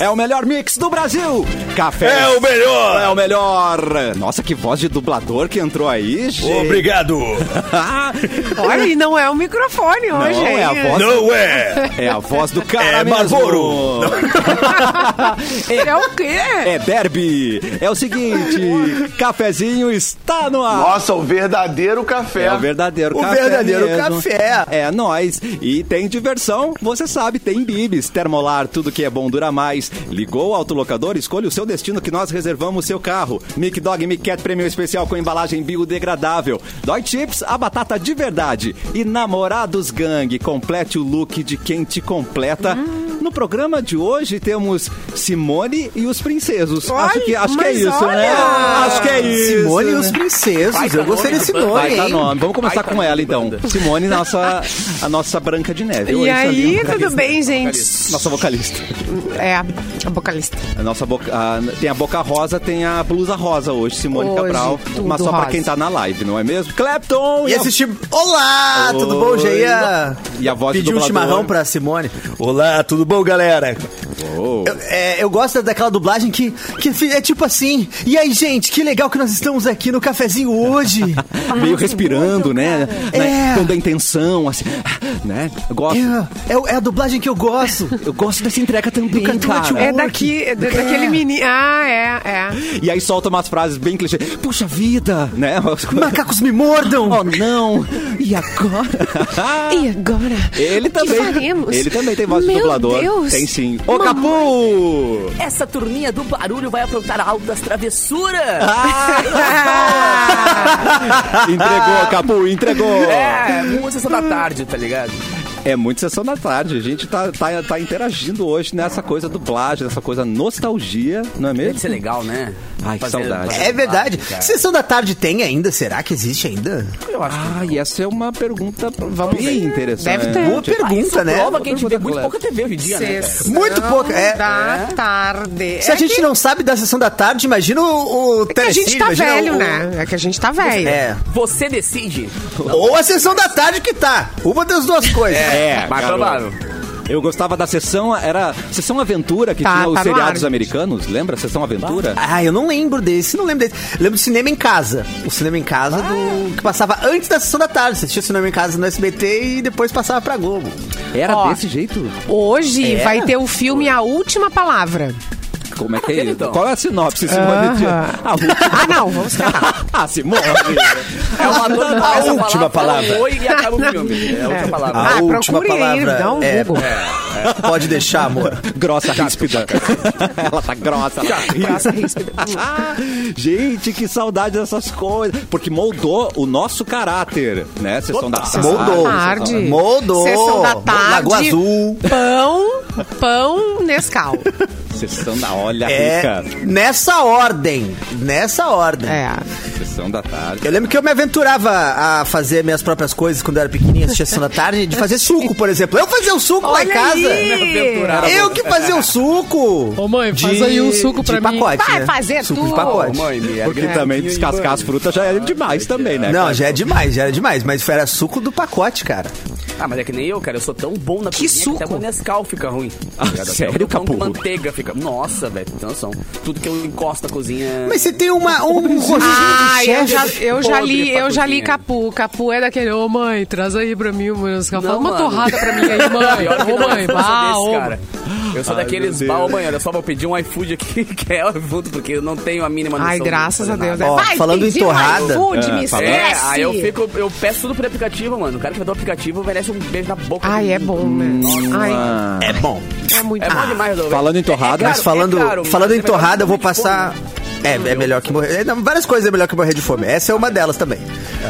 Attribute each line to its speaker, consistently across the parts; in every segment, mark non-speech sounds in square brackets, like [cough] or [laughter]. Speaker 1: É o melhor mix do Brasil. Café.
Speaker 2: É o melhor.
Speaker 1: É o melhor. Nossa, que voz de dublador que entrou aí, gente.
Speaker 2: Obrigado.
Speaker 3: Olha, e não é o microfone hoje,
Speaker 1: é
Speaker 3: hein?
Speaker 1: a voz.
Speaker 2: Não é.
Speaker 1: [laughs] É a voz do cara
Speaker 2: É
Speaker 1: mesmo.
Speaker 2: Marlboro.
Speaker 3: Ele é o quê?
Speaker 1: [laughs] É derby. É o seguinte,
Speaker 2: [laughs]
Speaker 1: cafezinho está no ar.
Speaker 4: Nossa, o verdadeiro café.
Speaker 1: É o verdadeiro
Speaker 2: O
Speaker 1: café.
Speaker 2: verdadeiro
Speaker 1: mesmo.
Speaker 2: café.
Speaker 1: É nós. E tem diversão, você sabe, tem bibis, termolar, tudo que é bom dura mais. Ligou o autolocador, escolha o seu destino que nós reservamos o seu carro. Mic Dog Mic Cat Premium Especial com embalagem biodegradável. Dói Chips, a batata de verdade. E Namorados Gang, complete o look de quem te completa. No programa de hoje temos Simone e os princesos. acho
Speaker 3: Ai,
Speaker 1: que, acho que é
Speaker 3: mas
Speaker 1: isso, né?
Speaker 3: olha!
Speaker 1: Acho que é isso.
Speaker 5: Simone e
Speaker 1: né?
Speaker 5: os Princesos.
Speaker 6: Baita
Speaker 5: Eu gostei
Speaker 6: nome
Speaker 5: desse
Speaker 6: de banda.
Speaker 5: nome,
Speaker 1: Vai dar
Speaker 5: hein?
Speaker 1: nome. Vamos começar
Speaker 6: Baita
Speaker 1: com ela,
Speaker 6: nome de
Speaker 1: então.
Speaker 6: banda.
Speaker 1: Simone, nossa, a nossa Branca de Neve.
Speaker 3: E
Speaker 1: Oi,
Speaker 3: aí,
Speaker 1: Sabrina.
Speaker 3: tudo bem, gente?
Speaker 1: Nossa um vocalista.
Speaker 3: É a, a vocalista.
Speaker 1: A nossa boca, a- tem a boca rosa, tem a blusa rosa hoje, Simone
Speaker 3: Hoje,
Speaker 1: Cabral.
Speaker 3: tudo
Speaker 1: Mas só pra
Speaker 3: rosa.
Speaker 1: quem tá na live, não é mesmo? Clapton!
Speaker 5: E
Speaker 1: a-
Speaker 5: esse time. Olá, tudo bom? Já ia
Speaker 1: E a voz do
Speaker 5: pedir um
Speaker 1: dublador.
Speaker 5: chimarrão pra Simone.
Speaker 2: Olá, tudo bom, galera?
Speaker 1: Oh.
Speaker 5: Eu, é, eu gosto daquela dublagem que, que é tipo assim. E aí, gente, que legal que nós estamos aqui no cafezinho
Speaker 1: [laughs]
Speaker 5: hoje.
Speaker 1: Meio respirando, né? né?
Speaker 5: É.
Speaker 1: Toda a intenção, assim, né? Eu gosto.
Speaker 5: É, é- é a dublagem que eu gosto.
Speaker 1: [laughs] Eu gosto dessa entrega também,
Speaker 5: canto
Speaker 1: cara.
Speaker 5: útil.
Speaker 3: É daqui, é da- daquele menino. Ah, é,
Speaker 1: E aí solta umas frases bem clichê. Puxa vida, né? Umas coisas-
Speaker 5: Macacos me
Speaker 1: [laughs]
Speaker 5: mordam!
Speaker 1: Oh, não! E
Speaker 3: [laughs]
Speaker 1: agora?
Speaker 3: é. E agora?
Speaker 1: Ele
Speaker 3: O que
Speaker 1: também.
Speaker 3: faremos?
Speaker 1: Ele também tem voz de
Speaker 3: Meu
Speaker 1: dublador.
Speaker 3: Deus.
Speaker 1: Tem sim. Ô,
Speaker 3: Mamãe.
Speaker 1: Capu!
Speaker 6: Essa turminha do barulho vai aprontar altas travessuras.
Speaker 1: Ah.
Speaker 3: [laughs]
Speaker 1: Entregou, Capu, entregou! É,
Speaker 6: É, uma sessão da tarde, tá ligado?
Speaker 1: muito sessão da tarde. A gente tá, tá, tá interagindo hoje nessa coisa dublagem, nessa coisa nostalgia, não é
Speaker 6: Deve ser
Speaker 1: mesmo?
Speaker 6: legal, né?
Speaker 1: Ai, que saudade.
Speaker 5: É verdade.
Speaker 1: Ah,
Speaker 6: dublagem, cara.
Speaker 5: Sessão da tarde tem ainda? Será que existe ainda?
Speaker 6: Eu acho que
Speaker 1: Ah, e essa é uma pergunta bem interessante.
Speaker 3: Deve ter.
Speaker 5: Boa pergunta, né?
Speaker 6: Ah, é prova que a gente vê
Speaker 1: é
Speaker 6: muito pouca TV hoje em dia, né? cara?
Speaker 5: Muito pouco. É,
Speaker 3: Da tarde.
Speaker 5: se a
Speaker 3: É
Speaker 5: gente
Speaker 3: que-
Speaker 5: não sabe da sessão da tarde, imagina o, o
Speaker 3: é que a
Speaker 5: Telecine,
Speaker 3: gente tá
Speaker 5: imagina
Speaker 3: velho,
Speaker 5: o-
Speaker 3: né? É que a gente tá velho.
Speaker 5: É.
Speaker 6: Você decide.
Speaker 5: Ou a sessão da tarde que tá. Uma
Speaker 1: [laughs]
Speaker 5: das duas coisas.
Speaker 1: É,
Speaker 6: Mas
Speaker 1: garoto.
Speaker 6: provável.
Speaker 1: Eu gostava da sessão, era Sessão Aventura, que
Speaker 3: Tá,
Speaker 1: tinha os
Speaker 3: tá no
Speaker 1: seriados
Speaker 3: ar. Tá.
Speaker 1: americanos, lembra? Sessão Aventura?
Speaker 5: Ah, eu não lembro desse, não lembro desse. Lembro do cinema em casa. O cinema em casa
Speaker 3: Ah.
Speaker 5: do. que passava antes da sessão da tarde. Você assistia o cinema em casa no SBT e depois passava pra Globo.
Speaker 1: Era
Speaker 3: Ó.
Speaker 1: desse jeito?
Speaker 3: Hoje
Speaker 5: É?
Speaker 3: vai ter o filme A Última Palavra.
Speaker 1: Como é que é?
Speaker 6: Ele,
Speaker 1: isso?
Speaker 6: então.
Speaker 1: Qual é a sinopse, Simone?
Speaker 3: Aham.
Speaker 1: Dias? A última-
Speaker 3: Ah, não,
Speaker 1: [laughs]
Speaker 3: vamos cantar.
Speaker 1: ah, Simone! [laughs]
Speaker 6: É uma dor,
Speaker 5: A
Speaker 6: essa
Speaker 5: última palavra.
Speaker 6: fala Oi e acaba o filme. É a última palavra.
Speaker 3: Ah, procure aí, dá um
Speaker 5: é,
Speaker 3: Google.
Speaker 5: é, é. Pode deixar, amor.
Speaker 1: grossa, ríspida. ela tá [laughs] grossa. ela tá
Speaker 3: Grossa, ríspida.
Speaker 1: Gente, que saudade dessas coisas. Porque moldou o nosso caráter, né? Sessão da tarde.
Speaker 5: Moldou.
Speaker 3: tarde.
Speaker 5: Moldou.
Speaker 3: Sessão da tarde.
Speaker 5: Lagoa Azul.
Speaker 3: Pão, pão, Nescau.
Speaker 1: Sessão da olha
Speaker 5: É,
Speaker 1: rica.
Speaker 5: nessa ordem. Nessa ordem.
Speaker 3: É.
Speaker 1: Sessão da tarde.
Speaker 5: Eu lembro que eu me aventurava a fazer minhas próprias coisas quando eu era pequenininho,
Speaker 3: [laughs]
Speaker 5: assistia a sessão da tarde, de fazer suco, por exemplo. Eu fazia o suco lá em
Speaker 3: Olha
Speaker 5: casa.
Speaker 3: aí.
Speaker 5: Eu que fazia o suco.
Speaker 7: Ô, mãe, faz aí um suco
Speaker 5: de
Speaker 7: pra mim.
Speaker 5: pacote,
Speaker 3: Vai
Speaker 5: né?
Speaker 3: fazer
Speaker 5: suco de
Speaker 3: tu.
Speaker 5: pacote.
Speaker 6: Mãe, minha
Speaker 1: Porque
Speaker 6: grande-
Speaker 1: também descascar as frutas já é demais também, né?
Speaker 5: Não, já é demais, já era demais, mas era suco do pacote, cara.
Speaker 6: Ah, mas é que nem eu, cara. Eu sou tão bom na
Speaker 3: Que
Speaker 6: cozinha que até
Speaker 3: suco.
Speaker 6: o Nescau fica ruim.
Speaker 1: Ah,
Speaker 6: Tá ligado?
Speaker 1: sério,
Speaker 6: Até o pão
Speaker 1: Capu?
Speaker 6: com manteiga fica... Nossa, velho. Tem noção. Tudo que eu encosto na cozinha... é
Speaker 5: Mas você tem uma, um gostinho de
Speaker 3: Ah,
Speaker 5: chefe.
Speaker 3: eu já, eu já
Speaker 6: Podre
Speaker 3: li,
Speaker 6: pra
Speaker 3: eu já li
Speaker 6: cozinha.
Speaker 3: Capu. Capu é daquele, ô mãe, traz aí pra mim o meu Nescau. Fala
Speaker 6: Não,
Speaker 3: uma
Speaker 6: mano.
Speaker 3: torrada pra mim aí, mãe.
Speaker 6: [laughs] Pior que
Speaker 3: Ô
Speaker 6: não, é
Speaker 3: mãe,
Speaker 6: eu sou
Speaker 3: vá,
Speaker 6: desse,
Speaker 3: ô.
Speaker 6: cara. Eu sou daqueles
Speaker 1: meu Deus.
Speaker 6: bal, mãe, olha só, vou pedir um iFood aqui, [laughs] que é o iFood, porque eu não tenho a mínima noção.
Speaker 3: Ai,
Speaker 6: de
Speaker 3: graças
Speaker 6: fazer
Speaker 3: a Deus.
Speaker 6: nada.
Speaker 3: né?
Speaker 5: Ó,
Speaker 3: Vai,
Speaker 5: falando em
Speaker 3: pedi um
Speaker 5: torrada.
Speaker 3: iFood,
Speaker 1: É,
Speaker 3: me
Speaker 1: falando-
Speaker 6: É,
Speaker 7: Ah,
Speaker 3: esquece.
Speaker 6: aí eu fico, eu peço tudo por aplicativo, mano. O cara que vai do aplicativo merece um beijo na boca.
Speaker 3: Ai, é bom, né? Ai,
Speaker 5: É bom.
Speaker 3: é muito
Speaker 6: É
Speaker 3: bom.
Speaker 6: bom demais, Douglas.
Speaker 1: falando em torrada,
Speaker 6: É caro,
Speaker 5: mas falando,
Speaker 6: caro, mas
Speaker 5: falando
Speaker 6: é
Speaker 5: em
Speaker 6: melhor
Speaker 5: torrada, eu vou
Speaker 6: que morrer de
Speaker 5: passar.
Speaker 6: fome. né?
Speaker 5: É, é melhor que morrer. é, não, várias coisas é melhor que morrer de fome. Essa é uma delas também.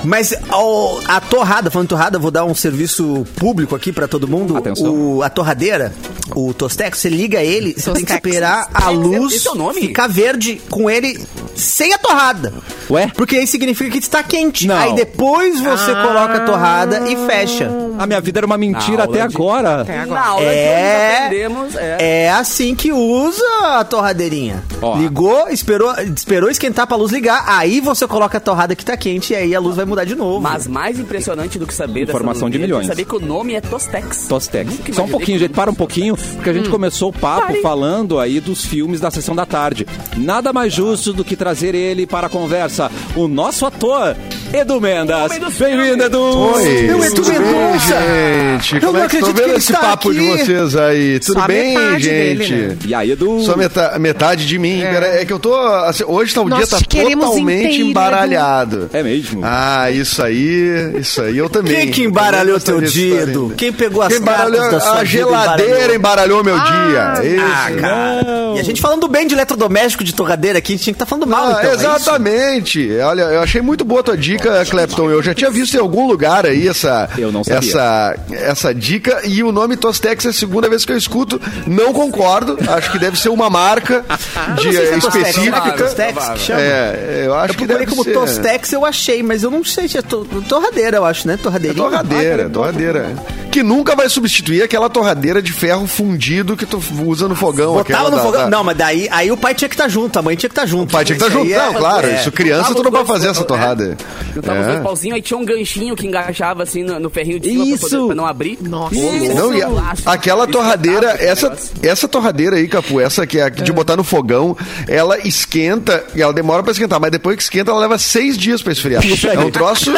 Speaker 5: Mas ó, a torrada, falando em torrada, eu vou dar um serviço público aqui pra todo mundo.
Speaker 1: Atenção.
Speaker 5: O, a torradeira, o Tostex, você liga ele, você tem que
Speaker 3: Tostex.
Speaker 5: esperar a luz
Speaker 6: esse é o nome?
Speaker 5: ficar verde com ele sem a torrada.
Speaker 1: Ué?
Speaker 5: Porque aí significa que está quente.
Speaker 1: Não.
Speaker 5: Aí depois você coloca a torrada e fecha.
Speaker 1: A minha vida era uma mentira
Speaker 6: Ah,
Speaker 1: até
Speaker 6: Holandi-
Speaker 1: agora.
Speaker 3: Até
Speaker 6: Na
Speaker 3: agora.
Speaker 6: aula
Speaker 5: É,
Speaker 6: de hoje aprendemos... É.
Speaker 5: é assim que usa a torradeirinha.
Speaker 1: Ó.
Speaker 5: Ligou, esperou, esperou esquentar pra luz ligar, aí você coloca a torrada que tá quente e aí a luz vai mudar de novo.
Speaker 6: Mas mais impressionante do que saber dessa
Speaker 1: Informação de
Speaker 6: mobília,
Speaker 1: milhões.
Speaker 6: Saber que o nome é Tostex.
Speaker 1: Tostex.
Speaker 6: Nunca
Speaker 1: Só um
Speaker 6: imaginei
Speaker 1: pouquinho,
Speaker 6: que- Hum.
Speaker 1: gente, para um pouquinho, porque a gente começou o papo falando aí dos filmes da sessão da tarde. Nada mais
Speaker 6: Tá.
Speaker 1: justo do que trazer ele para a conversa, o nosso ator, Edu Mendas.
Speaker 6: Homem dos
Speaker 1: Bem-vindo,
Speaker 6: filmes.
Speaker 1: Edu!
Speaker 4: Oi,
Speaker 5: Meu, é tudo
Speaker 4: tudo bem,
Speaker 5: Mendonça?
Speaker 4: gente? Como
Speaker 5: não
Speaker 4: é que
Speaker 5: acredito
Speaker 4: estão
Speaker 5: que
Speaker 4: vendo
Speaker 5: ele
Speaker 4: esse
Speaker 5: está
Speaker 4: papo de
Speaker 5: aqui.
Speaker 4: vocês aí? Tudo
Speaker 3: Só a
Speaker 4: bem,
Speaker 3: metade
Speaker 4: gente?
Speaker 3: dele, né?
Speaker 1: E aí, Edu?
Speaker 4: Só meta- metade de mim.
Speaker 3: É.
Speaker 4: Pera, É, que eu tô. assim, hoje tá, o
Speaker 3: Nós
Speaker 4: dia tá
Speaker 3: te queremos
Speaker 4: totalmente
Speaker 3: inteiro,
Speaker 4: embaralhado.
Speaker 1: É mesmo?
Speaker 4: Ah, isso aí, isso aí. Eu também.
Speaker 5: Quem que
Speaker 4: Eu
Speaker 5: embaralhou
Speaker 4: também
Speaker 5: teu
Speaker 4: gosto
Speaker 5: dia,
Speaker 4: dessa
Speaker 5: Edu?
Speaker 4: história
Speaker 5: Quem pegou as
Speaker 4: Quem embaralhou
Speaker 5: cartas da sua vida
Speaker 4: a
Speaker 5: e
Speaker 4: geladeira
Speaker 5: embaralhou?
Speaker 4: embaralhou meu dia. Isso.
Speaker 5: Ah, cara. E a gente falando bem de eletrodoméstico, de torradeira aqui, a gente tinha que estar falando mal,
Speaker 4: Ah,
Speaker 5: então, é isso?
Speaker 4: exatamente. Olha, eu achei muito boa a tua dica, Clepton. Eu já tinha visto em algum lugar aí essa
Speaker 1: Eu não sabia.
Speaker 4: essa essa dica e o nome Tostex é a segunda vez que eu escuto. Não concordo. Acho que deve ser uma marca
Speaker 5: [laughs]
Speaker 4: de
Speaker 5: Eu não sei se é
Speaker 4: específica.
Speaker 5: Tostex, Tostex que chama?
Speaker 4: É, eu acho
Speaker 5: Eu
Speaker 4: que
Speaker 5: procurei
Speaker 4: deve
Speaker 5: como
Speaker 4: ser.
Speaker 5: Tostex, eu achei, mas eu não sei se é to- torradeira, eu acho, né? Torradeirinha.
Speaker 4: É
Speaker 5: Ah, tá.
Speaker 4: Torradeira, torradeira. Que nunca vai substituir aquela torradeira de ferro fundido que tu usa no fogão.
Speaker 5: Botava
Speaker 4: aquela
Speaker 5: no
Speaker 4: da-
Speaker 5: fogão.
Speaker 4: da-
Speaker 5: Não, mas daí aí o pai tinha que estar junto, a mãe tinha que estar junto.
Speaker 4: O pai tinha que estar
Speaker 5: Isso
Speaker 4: junto.
Speaker 5: aí é-
Speaker 4: Não, claro.
Speaker 5: é.
Speaker 4: Isso criança, tu não pode fazer essa torrada.
Speaker 6: Juntava os
Speaker 4: É.
Speaker 6: dois pauzinhos, aí tinha um ganchinho que engaixava assim no, no ferrinho de cima
Speaker 1: Isso.
Speaker 6: Pra, poder, pra não abrir.
Speaker 3: Nossa.
Speaker 6: Ô,
Speaker 3: Isso.
Speaker 4: Não, e a-
Speaker 6: laço.
Speaker 4: aquela
Speaker 6: Isso
Speaker 4: torradeira,
Speaker 6: matava esse
Speaker 4: essa,
Speaker 6: negócio.
Speaker 4: essa torradeira aí, Capu, essa que é a de botar no fogão, ela esquenta, e ela demora pra esquentar, mas depois que esquenta, ela leva seis dias pra esfriar. É um troço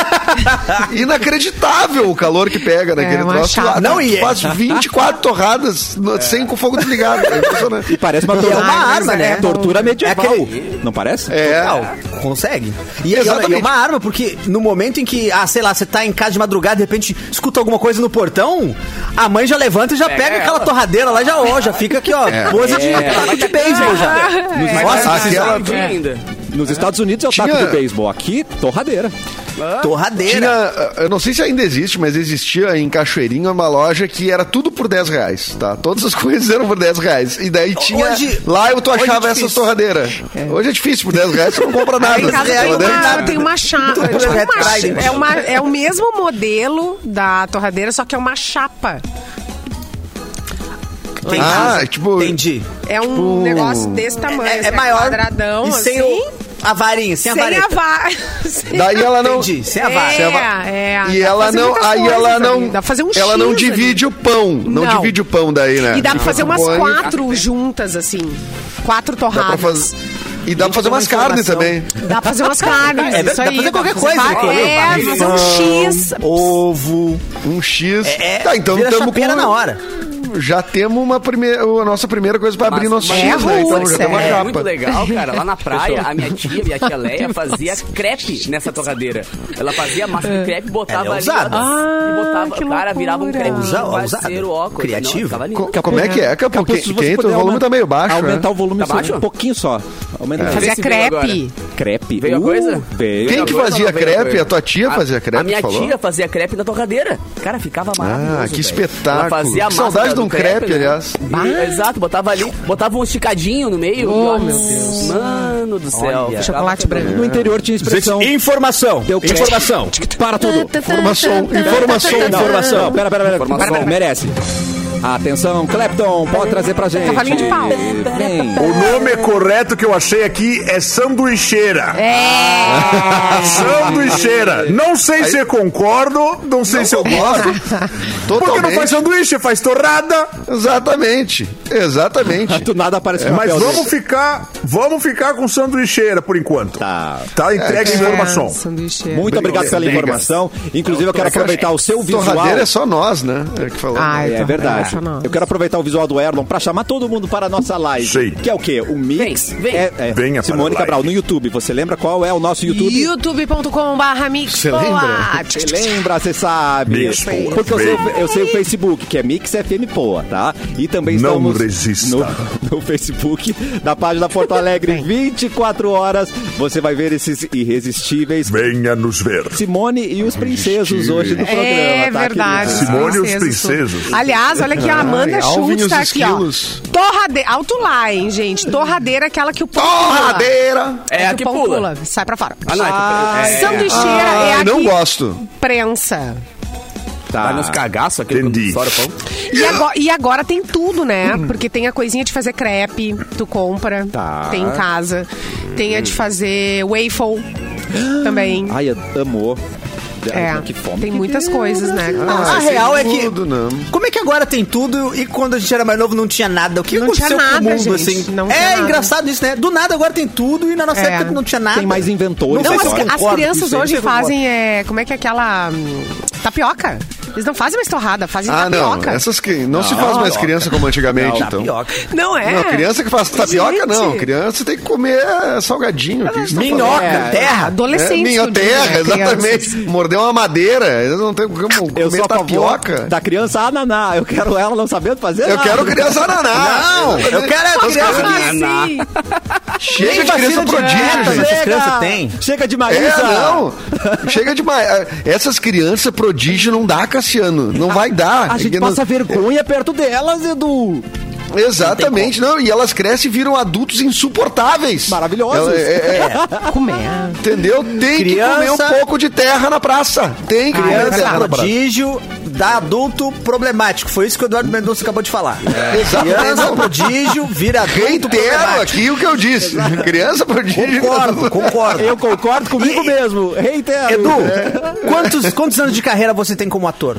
Speaker 4: inacreditável o calor que pega naquele
Speaker 3: É uma
Speaker 4: troço.
Speaker 3: chapa.
Speaker 4: Não,
Speaker 5: Não,
Speaker 4: e
Speaker 5: e é-
Speaker 4: faz 24 torradas no- sem com fogo desligado. É
Speaker 1: É. E
Speaker 4: impressionante.
Speaker 1: parece uma
Speaker 5: É
Speaker 4: [laughs]
Speaker 1: tortura,
Speaker 5: uma arma, né?
Speaker 1: tortura medieval.
Speaker 5: É aquele-
Speaker 1: Não parece?
Speaker 4: um- É.
Speaker 5: Total, consegue. E é
Speaker 4: Exatamente.
Speaker 5: uma arma, porque no momento em que, ah, sei lá, você tá em casa de madrugada, de repente escuta alguma coisa no portão, a mãe já levanta e já pega, aquela torradeira lá, já, ó, já fica aqui, ó,
Speaker 4: É. Ah,
Speaker 5: pose de
Speaker 6: É.
Speaker 5: taco de beisebol
Speaker 3: Ah,
Speaker 5: já.
Speaker 3: é.
Speaker 1: Nos,
Speaker 4: Mas
Speaker 1: Estados-
Speaker 4: aquela-
Speaker 6: Rapidinho ainda.
Speaker 1: nos Estados Unidos é o taco
Speaker 4: Tinha-
Speaker 1: do beisebol. Aqui, torradeira.
Speaker 4: Tinha,
Speaker 5: Torradeira.
Speaker 4: eu não sei se ainda existe, mas existia em Cachoeirinha uma loja que era tudo por 10 reais, tá? Todas as [laughs] coisas eram por 10 reais. E daí tinha.
Speaker 5: Hoje-
Speaker 4: lá eu tu
Speaker 5: hoje é
Speaker 4: achava essas
Speaker 5: difícil.
Speaker 4: torradeiras. Hoje é difícil, por 10 reais você não compra
Speaker 3: [laughs]
Speaker 4: nada.
Speaker 3: Aí em casa tem
Speaker 4: Torradeira-
Speaker 3: assim, é uma, tem um uma chapa.
Speaker 5: tá [laughs] Muito
Speaker 3: tipo uma
Speaker 5: atrás,
Speaker 3: cha-
Speaker 5: hein?
Speaker 3: é, uma- é o mesmo modelo da torradeira, só que é uma chapa.
Speaker 5: Entendi.
Speaker 4: Ah, tipo-
Speaker 5: Entendi.
Speaker 3: É um
Speaker 4: Tipo,
Speaker 3: negócio desse tamanho.
Speaker 5: É, é
Speaker 3: assim,
Speaker 5: maior.
Speaker 3: Quadradão,
Speaker 5: e sem
Speaker 3: assim.
Speaker 5: o- a varinha, sem,
Speaker 3: Sem
Speaker 5: a
Speaker 3: a
Speaker 5: vareta.
Speaker 3: vara.
Speaker 5: [laughs]
Speaker 4: Daí ela não.
Speaker 5: Entendi, sem a vara.
Speaker 3: É,
Speaker 4: Sem a vara.
Speaker 3: é. Dá
Speaker 4: E
Speaker 3: pra
Speaker 4: ela
Speaker 3: fazer
Speaker 4: não.
Speaker 3: muitas
Speaker 4: Aí
Speaker 3: coisas
Speaker 4: ela
Speaker 3: ali.
Speaker 4: não.
Speaker 3: Dá pra fazer um
Speaker 4: ela não
Speaker 3: X ali.
Speaker 4: divide o pão. Não,
Speaker 3: Não.
Speaker 4: divide o pão daí, né?
Speaker 3: E dá
Speaker 5: Tipo,
Speaker 3: pra
Speaker 4: Divide
Speaker 3: fazer
Speaker 4: o
Speaker 3: umas
Speaker 4: pão,
Speaker 3: quatro juntas, assim. Quatro
Speaker 4: Dá pra
Speaker 3: torradas.
Speaker 4: fazer. E dá pra fazer umas
Speaker 5: tem uma
Speaker 4: carnes
Speaker 5: informação.
Speaker 4: também.
Speaker 3: Dá pra fazer umas carnes.
Speaker 5: [laughs] É, dá
Speaker 3: isso
Speaker 5: pra
Speaker 3: aí.
Speaker 5: fazer qualquer
Speaker 3: pra
Speaker 5: coisa,
Speaker 3: var-
Speaker 5: né?
Speaker 3: É, fazer um X.
Speaker 5: Ovo.
Speaker 4: Um X.
Speaker 5: É,
Speaker 4: tá, então
Speaker 5: vira
Speaker 4: tamo
Speaker 5: chapeira na hora.
Speaker 4: Já temos uma primeira, a nossa primeira coisa pra
Speaker 3: é
Speaker 4: abrir
Speaker 6: Mas-
Speaker 4: nosso
Speaker 6: mas-
Speaker 4: X, né? Então
Speaker 3: Putz,
Speaker 4: já tem uma
Speaker 3: é.
Speaker 6: É
Speaker 4: chapa.
Speaker 6: muito legal, cara. Lá na praia, a minha tia, minha tia Leia, fazia crepe nessa torradeira. Ela fazia massa de crepe, botava
Speaker 5: Ela é
Speaker 6: ali.
Speaker 5: ousada.
Speaker 6: e botava,
Speaker 3: Ah, que
Speaker 6: cara, virava um
Speaker 3: loucura.
Speaker 6: crepe.
Speaker 5: Ousa- ousada.
Speaker 6: parceiro, ó, coisa-
Speaker 5: Criativa.
Speaker 6: Não, ficava lindo.
Speaker 4: Co- como é que é, Capu?
Speaker 1: Capô,
Speaker 4: Quem,
Speaker 1: se você
Speaker 4: quem,
Speaker 1: puder
Speaker 4: o volume
Speaker 1: aumentar-
Speaker 4: tá meio baixo, né?
Speaker 1: Aumentar o volume
Speaker 6: Tá
Speaker 1: só
Speaker 6: baixo?
Speaker 1: um pouquinho só. Aumenta um
Speaker 3: Fazer
Speaker 6: Vê
Speaker 3: a
Speaker 6: se veio
Speaker 3: crepe.
Speaker 1: Crepe.
Speaker 6: Veio a
Speaker 1: Uh,
Speaker 6: coisa?
Speaker 1: Veio.
Speaker 4: Quem
Speaker 6: Veio
Speaker 4: que
Speaker 6: coisa
Speaker 4: fazia
Speaker 6: ou não veio
Speaker 4: crepe?
Speaker 6: coisa?
Speaker 4: A tua tia fazia crepe,
Speaker 6: A minha
Speaker 4: tu falou?
Speaker 6: tia fazia crepe na torradeira. Cara, ficava maravilhoso.
Speaker 4: Ah, que
Speaker 6: velho.
Speaker 4: espetáculo.
Speaker 6: Ela fazia a
Speaker 4: Que
Speaker 6: massa
Speaker 4: saudade
Speaker 6: da-
Speaker 4: de um
Speaker 6: do
Speaker 4: crepe, aliás.
Speaker 6: E- Exato, botava ali, botava um esticadinho no meio. e, ó, meu Deus. Mano do céu. ficava
Speaker 5: É,
Speaker 3: Chocolate branco.
Speaker 1: No interior tinha expressão.
Speaker 2: Informação.
Speaker 1: Deu crepe.
Speaker 2: Informação.
Speaker 1: Para tudo.
Speaker 4: Informação, informação,
Speaker 1: Não,
Speaker 4: informação.
Speaker 1: Não, pera, pera, pera.
Speaker 6: Informação.
Speaker 1: Não, merece. Atenção, Clapton, pode trazer pra gente.
Speaker 3: Cavalinho de pau.
Speaker 1: Vem.
Speaker 7: O nome correto que eu achei aqui é sanduicheira.
Speaker 3: É.
Speaker 7: É! sanduicheira. Não sei se eu concordo, não sei se eu gosto.
Speaker 4: [laughs]
Speaker 7: Porque não
Speaker 4: Totalmente.
Speaker 7: faz sanduíche, faz torrada.
Speaker 4: Exatamente.
Speaker 1: [laughs]
Speaker 4: Exatamente.
Speaker 1: Do nada aparece
Speaker 7: É, Mas
Speaker 1: papel
Speaker 7: vamos
Speaker 1: dele.
Speaker 7: ficar, vamos ficar com sanduicheira por enquanto.
Speaker 1: Tá.
Speaker 7: Tá entregue a informação.
Speaker 3: É, sanduíche.
Speaker 1: Muito obrigado pela
Speaker 7: Obrigado.
Speaker 1: informação. Inclusive, eu quero aproveitar o seu visual.
Speaker 4: Torradeira é só nós, né? É que falou.
Speaker 3: Ai,
Speaker 1: É
Speaker 3: torradeira,
Speaker 1: verdade.
Speaker 3: essa não.
Speaker 1: Eu quero aproveitar o visual do Erlon pra chamar todo mundo para a nossa live.
Speaker 7: Sim.
Speaker 1: Que é o quê? O Mix.
Speaker 6: Vem, vem.
Speaker 1: É, é,
Speaker 7: Venha
Speaker 1: Simone
Speaker 7: para a
Speaker 1: Cabral,
Speaker 7: live.
Speaker 1: no YouTube. Você lembra qual é o nosso YouTube?
Speaker 3: youtube.com.br Mix.
Speaker 4: Você lembra?
Speaker 3: Poa.
Speaker 1: Você lembra, você sabe.
Speaker 7: Mix Poa,
Speaker 1: Porque eu sei,
Speaker 7: vem.
Speaker 1: eu sei o Facebook, que é Mix FM Poa, tá? E também
Speaker 7: Não
Speaker 1: estamos
Speaker 7: resista.
Speaker 1: No, [laughs] no Facebook da página Porto Alegre, 24 horas. Você vai ver esses irresistíveis.
Speaker 7: Venha nos ver.
Speaker 1: Simone e os princesos hoje do programa,
Speaker 3: É
Speaker 1: tá,
Speaker 3: verdade.
Speaker 1: queridos?
Speaker 7: querido? Simone e os princesos.
Speaker 3: Aliás, olha aqui, a Amanda
Speaker 4: Ai, Alvin e
Speaker 3: Schultz
Speaker 4: os
Speaker 3: tá aqui, ó.
Speaker 4: esquilos.
Speaker 3: Torradeira. Alto lá, hein, gente. Torradeira é aquela que o pão pula.
Speaker 4: Torradeira!
Speaker 6: É, a que
Speaker 3: o pão
Speaker 6: pula.
Speaker 3: pula. Sai pra fora. Ah.
Speaker 6: Ah, não, é que- é-
Speaker 3: Sanduicheira é
Speaker 4: Ah,
Speaker 3: a
Speaker 4: não
Speaker 3: que
Speaker 4: gosto.
Speaker 3: prensa.
Speaker 1: Tá.
Speaker 6: Vai
Speaker 5: É,
Speaker 6: nos cagaços aquele quando
Speaker 7: Entendi.
Speaker 6: estoura o pão.
Speaker 3: E agora, e agora tem tudo, né? Porque tem a coisinha de fazer crepe, tu compra,
Speaker 1: Uhum. Tá.
Speaker 3: tem em casa. Tem a de fazer waffle
Speaker 1: Ah,
Speaker 3: também.
Speaker 1: Ai, amor.
Speaker 3: É,
Speaker 1: que fome.
Speaker 3: tem muitas coisas, né?
Speaker 5: Ah, a
Speaker 4: sem
Speaker 5: real é que.
Speaker 4: tudo, não.
Speaker 5: Como é que agora tem tudo e quando a gente era mais novo não tinha nada? O que
Speaker 3: Não
Speaker 5: aconteceu
Speaker 3: tinha nada,
Speaker 5: com o mundo,
Speaker 3: gente.
Speaker 5: assim?
Speaker 3: Não tinha
Speaker 5: é
Speaker 3: nada.
Speaker 5: engraçado isso, né? Do nada agora tem tudo e na nossa
Speaker 3: É.
Speaker 5: época não tinha nada.
Speaker 1: Tem mais inventores.
Speaker 5: Não,
Speaker 3: Não,
Speaker 5: mas
Speaker 3: as,
Speaker 5: eu
Speaker 3: as
Speaker 5: concordo com
Speaker 3: crianças
Speaker 5: isso aí,
Speaker 3: hoje
Speaker 5: eu concordo.
Speaker 3: fazem, é, como é que é aquela hum, tapioca? Eles não fazem mais torrada, fazem
Speaker 4: Ah, não.
Speaker 3: é tapioca.
Speaker 4: Essas que não, se faz mais criança como
Speaker 5: Tá,
Speaker 4: antigamente, então.
Speaker 5: Tapioca.
Speaker 3: Não é?
Speaker 4: Não, criança que faz tapioca,
Speaker 3: Gente.
Speaker 4: não. Criança tem que comer salgadinho. Que
Speaker 5: Minhoca, terra.
Speaker 4: É,
Speaker 3: Adolescente.
Speaker 4: minhoca,
Speaker 3: eu digo,
Speaker 4: terra,
Speaker 3: né?
Speaker 4: exatamente.
Speaker 3: Crianças.
Speaker 4: Mordeu uma madeira. Eles não tem como comer
Speaker 1: Eu sou a favor
Speaker 4: tapioca.
Speaker 1: da criança ananá. Eu quero ela não sabendo fazer
Speaker 4: Eu
Speaker 1: nada.
Speaker 4: quero criança ananá.
Speaker 5: Não, eu quero é
Speaker 4: Os
Speaker 5: criança
Speaker 4: caras-
Speaker 5: que-
Speaker 3: Assim.
Speaker 4: Chega de
Speaker 5: vacina
Speaker 4: criança
Speaker 5: dieta,
Speaker 4: prodígio, gente.
Speaker 5: Essas
Speaker 1: Chega!
Speaker 5: crianças têm.
Speaker 1: Chega de
Speaker 4: É,
Speaker 1: Maísa.
Speaker 4: não. Chega de ma- Essas crianças prodígio não dá, Cassiano. Não vai dar.
Speaker 1: A gente
Speaker 4: Não-
Speaker 1: passa vergonha perto delas, Edu.
Speaker 4: Exatamente, não. E elas crescem e viram adultos insuportáveis.
Speaker 1: Maravilhosos.
Speaker 4: Ela- é- é-
Speaker 3: assim. Comer.
Speaker 4: entendeu? Tem que comer
Speaker 5: Criança-
Speaker 4: um pouco de terra na praça. Tem que
Speaker 1: Ah, é
Speaker 4: comer
Speaker 5: Criança,
Speaker 4: terra na praça.
Speaker 5: prodígio, da adulto, problemático. Foi isso que o Eduardo Mendonça acabou de falar.
Speaker 4: É.
Speaker 5: Criança,
Speaker 4: [laughs] Exatamente.
Speaker 5: prodígio, vira adulto,
Speaker 4: Reitero [laughs]
Speaker 5: problemático.
Speaker 4: aqui o que eu disse. Criança prodígio. [laughs]
Speaker 5: Concordo, concordo.
Speaker 1: Eu concordo comigo mesmo. Reitero.
Speaker 5: Edu,
Speaker 4: É.
Speaker 5: quantos, quantos anos de carreira você tem como ator?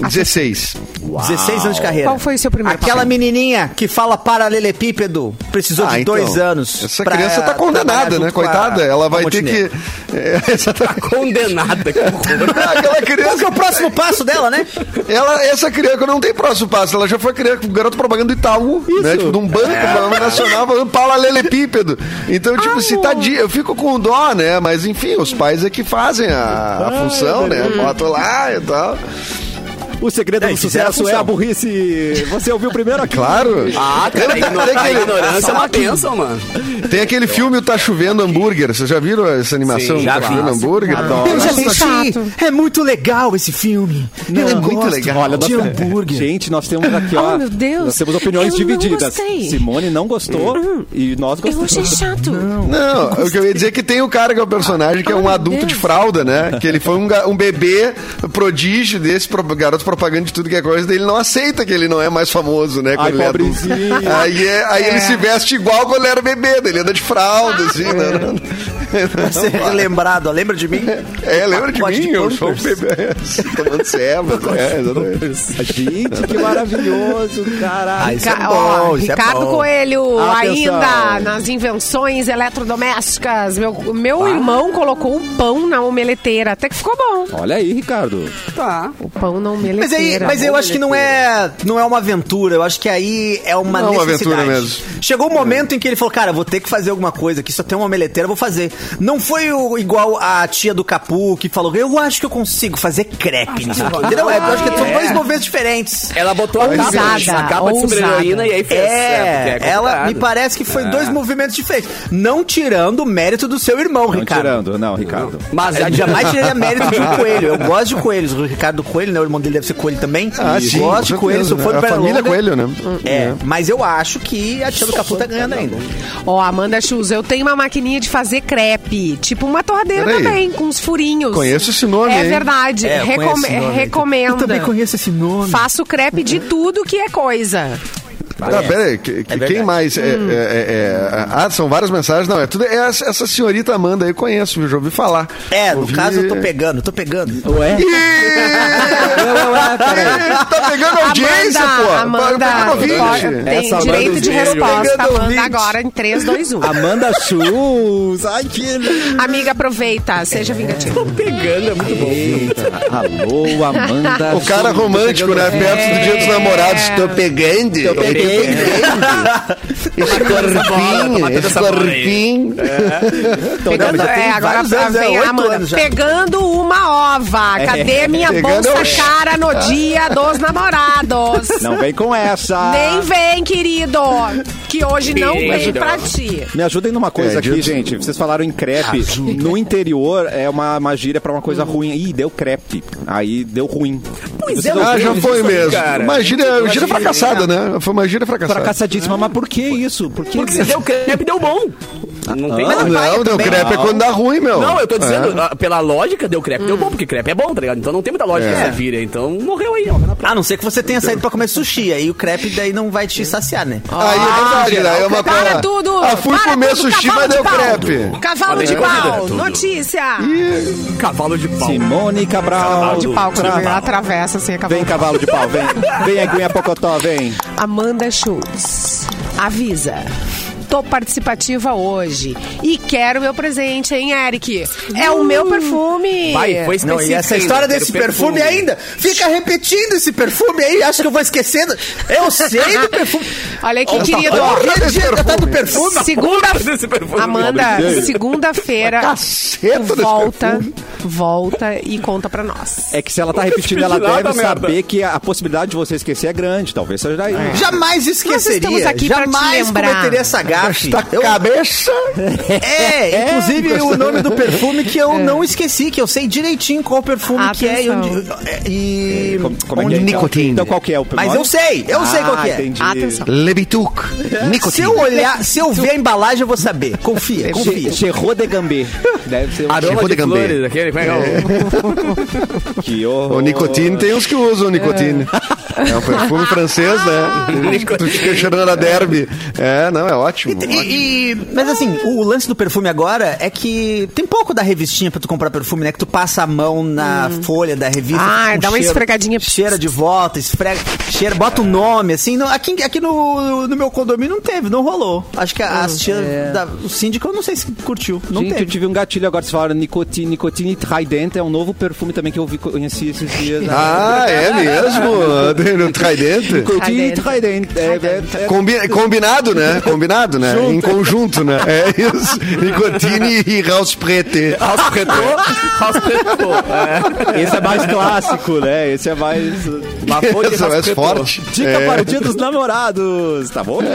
Speaker 4: 16.
Speaker 5: 16 anos de carreira.
Speaker 3: Qual foi o seu primeiro
Speaker 5: Aquela
Speaker 3: papel?
Speaker 5: menininha que fala paralelepípedo, precisou
Speaker 4: Ah,
Speaker 5: de
Speaker 4: então,
Speaker 5: dois anos.
Speaker 4: Essa
Speaker 5: pra
Speaker 4: criança tá condenada,
Speaker 5: trabalhar
Speaker 4: né?
Speaker 5: junto com a-
Speaker 4: Coitada.
Speaker 5: com
Speaker 4: Ela
Speaker 5: a
Speaker 4: vai ter
Speaker 5: Montenegro.
Speaker 4: que. É, [laughs] essa tá-
Speaker 6: Condenada. que horror.
Speaker 5: Qual
Speaker 4: Aquela
Speaker 5: que é
Speaker 4: criança.
Speaker 5: o próximo passo dela,
Speaker 4: [laughs]
Speaker 5: né?
Speaker 4: Ela, essa criança não tem próximo passo. Ela já foi criança com garoto propaganda do Itaú, né? Tipo, de um banco,
Speaker 5: É.
Speaker 4: banco nacional, falando paralelepípedo. Então, tipo,
Speaker 5: Ah,
Speaker 4: se tadinha, eu fico com dó, né? Mas enfim, os pais é que fazem a, a
Speaker 5: Ah,
Speaker 4: função,
Speaker 5: é
Speaker 4: né? Botam lá e tal.
Speaker 1: O segredo do
Speaker 5: fizeram a
Speaker 1: sucesso é
Speaker 5: função.
Speaker 1: a burrice. Você ouviu primeiro aqui.
Speaker 4: Claro.
Speaker 6: Ah, cara, a igno- a ignorância é uma bênção, mano.
Speaker 4: Tem aquele filme O Tá Chovendo Hambúrguer. Vocês já viram essa animação?
Speaker 6: Sim,
Speaker 4: do
Speaker 6: já
Speaker 4: tá
Speaker 6: vi.
Speaker 4: Chovendo Hambúrguer?
Speaker 5: Eu já
Speaker 4: Nossa,
Speaker 5: assisti.
Speaker 3: chato.
Speaker 5: É muito legal esse filme.
Speaker 4: é
Speaker 5: eu
Speaker 4: muito
Speaker 5: gosto
Speaker 4: legal.
Speaker 1: Olha,
Speaker 5: de
Speaker 1: nós-
Speaker 5: hambúrguer.
Speaker 1: Gente, nós temos aqui, ó.
Speaker 3: Oh, meu Deus.
Speaker 1: Nós temos opiniões
Speaker 3: Eu não
Speaker 1: divididas.
Speaker 3: gostei. Hum.
Speaker 1: Simone não gostou e nós
Speaker 3: Eu achei
Speaker 1: gostamos.
Speaker 3: chato.
Speaker 4: Não, o que eu ia dizer é que tem o cara que é o personagem, que é um
Speaker 3: Ai,
Speaker 4: adulto
Speaker 3: Deus.
Speaker 4: de fralda, né? Que ele foi um, ga- um bebê prodígio desse pro- garoto propaganda de tudo que é coisa, daí ele não aceita que ele não é mais famoso, né? Quando
Speaker 1: Ai,
Speaker 4: ele é adulto.
Speaker 1: pobrezinho.
Speaker 4: Aí, é- aí ele se veste igual quando ele era bebê, daí ele anda de fralda, assim, né?
Speaker 5: Você é lembrado, ó, lembra de mim?
Speaker 4: É, lembra de
Speaker 5: Pacote
Speaker 4: mim?
Speaker 5: de
Speaker 4: Eu sou um
Speaker 5: Pampers.
Speaker 4: bebê tomando ceva. É, exatamente.
Speaker 1: [laughs] Gente, que maravilhoso,
Speaker 5: Ah,
Speaker 1: caralho.
Speaker 5: isso é
Speaker 3: Ca-
Speaker 5: bom, isso
Speaker 3: ó,
Speaker 5: é
Speaker 3: Ricardo
Speaker 5: bom.
Speaker 3: Coelho,
Speaker 1: Atenção.
Speaker 3: ainda nas invenções eletrodomésticas. Meu, meu irmão colocou o pão na omeleteira. Até que ficou bom.
Speaker 1: Olha aí, Ricardo.
Speaker 6: Tá.
Speaker 3: O pão na
Speaker 5: Mas, aí,
Speaker 3: omeleteira.
Speaker 5: mas eu acho que não é, não é uma aventura, eu acho que aí é uma
Speaker 4: Não é uma
Speaker 5: necessidade.
Speaker 4: aventura mesmo. É.
Speaker 5: Chegou o momento em que ele falou, cara, vou ter que fazer alguma coisa aqui, só tem uma omeleteira, eu vou fazer. Não foi o- igual a tia do Capu que falou, eu acho que eu consigo fazer crepe nisso aqui. Entendeu? É, eu acho que
Speaker 4: Ah,
Speaker 5: são dois movimentos diferentes.
Speaker 6: Ela botou a
Speaker 3: Ousada,
Speaker 6: capa, de- a capa de
Speaker 3: ousada.
Speaker 6: super-heroína e aí fez.
Speaker 5: É,
Speaker 6: porque
Speaker 5: ela
Speaker 6: complicado.
Speaker 5: me parece que foi
Speaker 6: É.
Speaker 5: dois movimentos diferentes. Não tirando o mérito do seu irmão,
Speaker 1: Não
Speaker 5: Ricardo.
Speaker 1: tirando, não, Ricardo.
Speaker 6: Mas
Speaker 5: Eu
Speaker 6: a
Speaker 5: jamais tiraria mérito
Speaker 4: [laughs]
Speaker 5: de um coelho. Eu gosto de coelhos. O Ricardo Coelho, né? O irmão dele deve ser coelho também.
Speaker 4: Ah,
Speaker 5: Eu
Speaker 4: sim,
Speaker 5: gosto de
Speaker 4: com
Speaker 5: coelho,
Speaker 4: certeza,
Speaker 5: sou fã
Speaker 4: né?
Speaker 5: do
Speaker 4: A
Speaker 5: Pernalonga.
Speaker 4: família Coelho, né?
Speaker 5: É, mas eu acho que a tia do Capu tá ganhando ainda.
Speaker 3: Ó, Amanda Schultz, eu tenho uma maquininha de fazer crepe. Tipo uma torradeira
Speaker 4: Peraí.
Speaker 3: também, com uns furinhos.
Speaker 4: Conheço esse nome,
Speaker 3: É
Speaker 4: hein?
Speaker 3: verdade.
Speaker 5: É, eu
Speaker 3: Recome-
Speaker 5: conheço esse nome.
Speaker 3: Recomendo.
Speaker 5: esse nome.
Speaker 3: Faço crepe de tudo que é coisa.
Speaker 4: Ah, pera aí, que- que- quem mais? É, é, é, é, ah, são várias mensagens. Não, é tudo. É essa, essa senhorita Amanda aí, eu conheço, já ouvi falar.
Speaker 5: É, no
Speaker 4: Ouvi- é
Speaker 5: caso eu tô pegando, tô pegando.
Speaker 1: Ué?
Speaker 4: Ih, tá pegando audiência, pô. Tá
Speaker 3: Amanda,
Speaker 4: pegando ouvinte.
Speaker 3: pode- tem
Speaker 1: Essa Amanda
Speaker 3: direito de
Speaker 1: veio.
Speaker 3: resposta,
Speaker 4: Pegando
Speaker 3: Amanda,
Speaker 4: ouvinte.
Speaker 3: agora em 3, 2,
Speaker 4: [laughs]
Speaker 3: 1.
Speaker 1: Amanda Schultz. Ai, que...
Speaker 3: Amiga, aproveita, seja vingativa.
Speaker 6: pegando, é muito bom.
Speaker 1: Eita. Alô, Amanda
Speaker 4: O cara
Speaker 1: Schultz.
Speaker 4: romântico, né? Perto do dia dos namorados. Tô pegando. Tô
Speaker 1: pegando.
Speaker 4: Esse
Speaker 5: tá
Speaker 4: corpinho. é Esse corpinho.
Speaker 1: Então,
Speaker 4: Então,
Speaker 3: Pegando,
Speaker 5: já tem
Speaker 3: é, agora
Speaker 5: vários anos,
Speaker 1: né?
Speaker 4: né?
Speaker 3: vem
Speaker 5: é,
Speaker 3: a
Speaker 5: oito
Speaker 3: Amanda.
Speaker 5: anos já.
Speaker 3: Pegando uma ova. Cadê minha
Speaker 4: É, Pegando Tá.
Speaker 3: bolsa
Speaker 4: o-
Speaker 3: cara no dia
Speaker 5: [laughs]
Speaker 3: dos namorados?
Speaker 1: Não vem com essa.
Speaker 3: Nem vem, querido. Que hoje não vem
Speaker 6: Querido.
Speaker 3: pra ti.
Speaker 1: Me ajudem numa coisa
Speaker 4: É,
Speaker 1: aqui,
Speaker 4: de-
Speaker 1: gente. Vocês falaram em crepe. No interior é uma, uma gíria pra uma coisa ruim. Ih, deu crepe. Aí deu ruim. Pois é,
Speaker 4: Ah, já foi mesmo.
Speaker 6: cara.
Speaker 4: Uma gíria, uma gíria fracassada, né? Foi uma gíria fracassada.
Speaker 1: Fracassadíssima, mas por que isso? Por que
Speaker 6: Porque você deu crepe, deu bom. Não tem.
Speaker 4: Não, não,
Speaker 5: também.
Speaker 4: crepe é quando dá ruim, meu.
Speaker 6: Não, eu tô
Speaker 4: É.
Speaker 6: dizendo, ah, pela lógica deu crepe, deu bom, porque crepe é bom, tá ligado? Então não tem muita lógica que
Speaker 4: É.
Speaker 6: você vira, então morreu aí, ó. na praia.
Speaker 5: A não ser que você tenha saído pra comer sushi, aí o crepe daí não vai te saciar, né?
Speaker 4: Aí é verdade, né? Aí é uma
Speaker 3: Para
Speaker 4: coisa-
Speaker 3: tudo!
Speaker 4: Ah, fui
Speaker 3: para
Speaker 4: comer
Speaker 3: tudo,
Speaker 4: sushi,
Speaker 3: cavalo
Speaker 4: mas
Speaker 3: de
Speaker 4: deu
Speaker 3: pau.
Speaker 4: crepe.
Speaker 3: Cavalo de pau! Notícia!
Speaker 6: Cavalo de pau.
Speaker 1: Simone Cabral.
Speaker 3: Cavalo de pau, quando
Speaker 1: Tra-
Speaker 3: ela atravessa assim, a cavalo
Speaker 1: Vem,
Speaker 3: de pau.
Speaker 1: cavalo de pau, vem. Vem, aguinha pocotó, vem.
Speaker 3: Amanda Schultz avisa. Tô participativa hoje e quero meu presente, hein, Eric? É o meu perfume.
Speaker 6: Vai, foi
Speaker 5: Não,
Speaker 6: específico.
Speaker 5: e essa
Speaker 6: ainda,
Speaker 5: história
Speaker 6: quero
Speaker 5: desse perfume, ainda fica repetindo esse perfume aí, acha que eu vou esquecendo. Eu sei do perfume.
Speaker 3: Olha aqui, querido.
Speaker 5: Tô
Speaker 3: ó.
Speaker 5: arrependido, tá do perfume.
Speaker 3: Segunda,
Speaker 6: Porra desse perfume.
Speaker 3: Amanda, segunda-feira
Speaker 4: Caceta desse
Speaker 3: volta,
Speaker 4: perfume.
Speaker 3: volta e conta pra nós.
Speaker 1: É que se ela tá repetindo,
Speaker 6: pedi
Speaker 1: ela
Speaker 6: nada,
Speaker 1: deve
Speaker 6: merda.
Speaker 1: saber que a a possibilidade de você esquecer é grande. Talvez seja daí.
Speaker 5: É. Jamais
Speaker 3: estamos
Speaker 5: esqueceria,
Speaker 3: aqui pra te
Speaker 5: jamais
Speaker 3: lembrar.
Speaker 5: cometeria essa gafe.
Speaker 4: Esta
Speaker 5: Eu-
Speaker 4: cabeça.
Speaker 5: É, inclusive o nome do perfume que eu não esqueci, que eu sei direitinho qual perfume que é e
Speaker 3: Atenção.
Speaker 5: onde. E,
Speaker 1: Como- como é que
Speaker 5: onde-
Speaker 1: é?
Speaker 4: Nicotina.
Speaker 1: Então qual que é o Ah,
Speaker 5: Mas eu sei, eu sei qual que é.
Speaker 1: Entendi.
Speaker 3: Atenção.
Speaker 4: Lebituc.
Speaker 5: Se eu olhar, se eu ver a embalagem, eu vou saber. Confia, confia.
Speaker 1: Che- Cherô de Gambê. Deve ser um
Speaker 6: Aroma
Speaker 4: Chegou
Speaker 6: de
Speaker 4: de gambê.
Speaker 6: flores, aquele, como é que é o-
Speaker 1: que horror.
Speaker 4: O nicotine tem uns que usam o nicotine. É, um perfume francês, né? tu fica cheirando a derby. É, não, é ótimo. ótimo.
Speaker 5: E- e- mas assim, o lance do perfume agora é que tem pouco da revistinha pra tu comprar perfume, né? Que tu passa a mão na
Speaker 4: Hum.
Speaker 5: folha da revista.
Speaker 3: Ah,
Speaker 5: fica com
Speaker 3: dá uma esfregadinha.
Speaker 5: Cheira de volta, esfrega, cheira, bota o nome, assim. Não, aqui aqui no, no meu condomínio não teve, não rolou. Acho que
Speaker 4: Hum,
Speaker 5: a, as tias
Speaker 4: é.
Speaker 5: da- o síndico, eu não sei se curtiu. Não
Speaker 1: Gente, eu
Speaker 5: teve.
Speaker 1: tive um gatilho agora, vocês falaram nicotine, nicotine Trident é um novo perfume também que eu vi, conheci esses dias.
Speaker 4: Ah, é mesmo? No Trident?
Speaker 1: Nicotine
Speaker 3: Trident.
Speaker 1: Trident, é, é, é,
Speaker 4: Combi- combinado, né? Combinado, né? Em conjunto, né? É isso. Nicotine e Raus Prete.
Speaker 6: Raspetô, é.
Speaker 1: Esse é mais clássico, né? Esse é mais.
Speaker 6: Bafou de
Speaker 4: Esse é mais
Speaker 6: raspetô.
Speaker 4: forte.
Speaker 1: Dica
Speaker 4: É.
Speaker 1: para o dia dos namorados, tá bom? gente?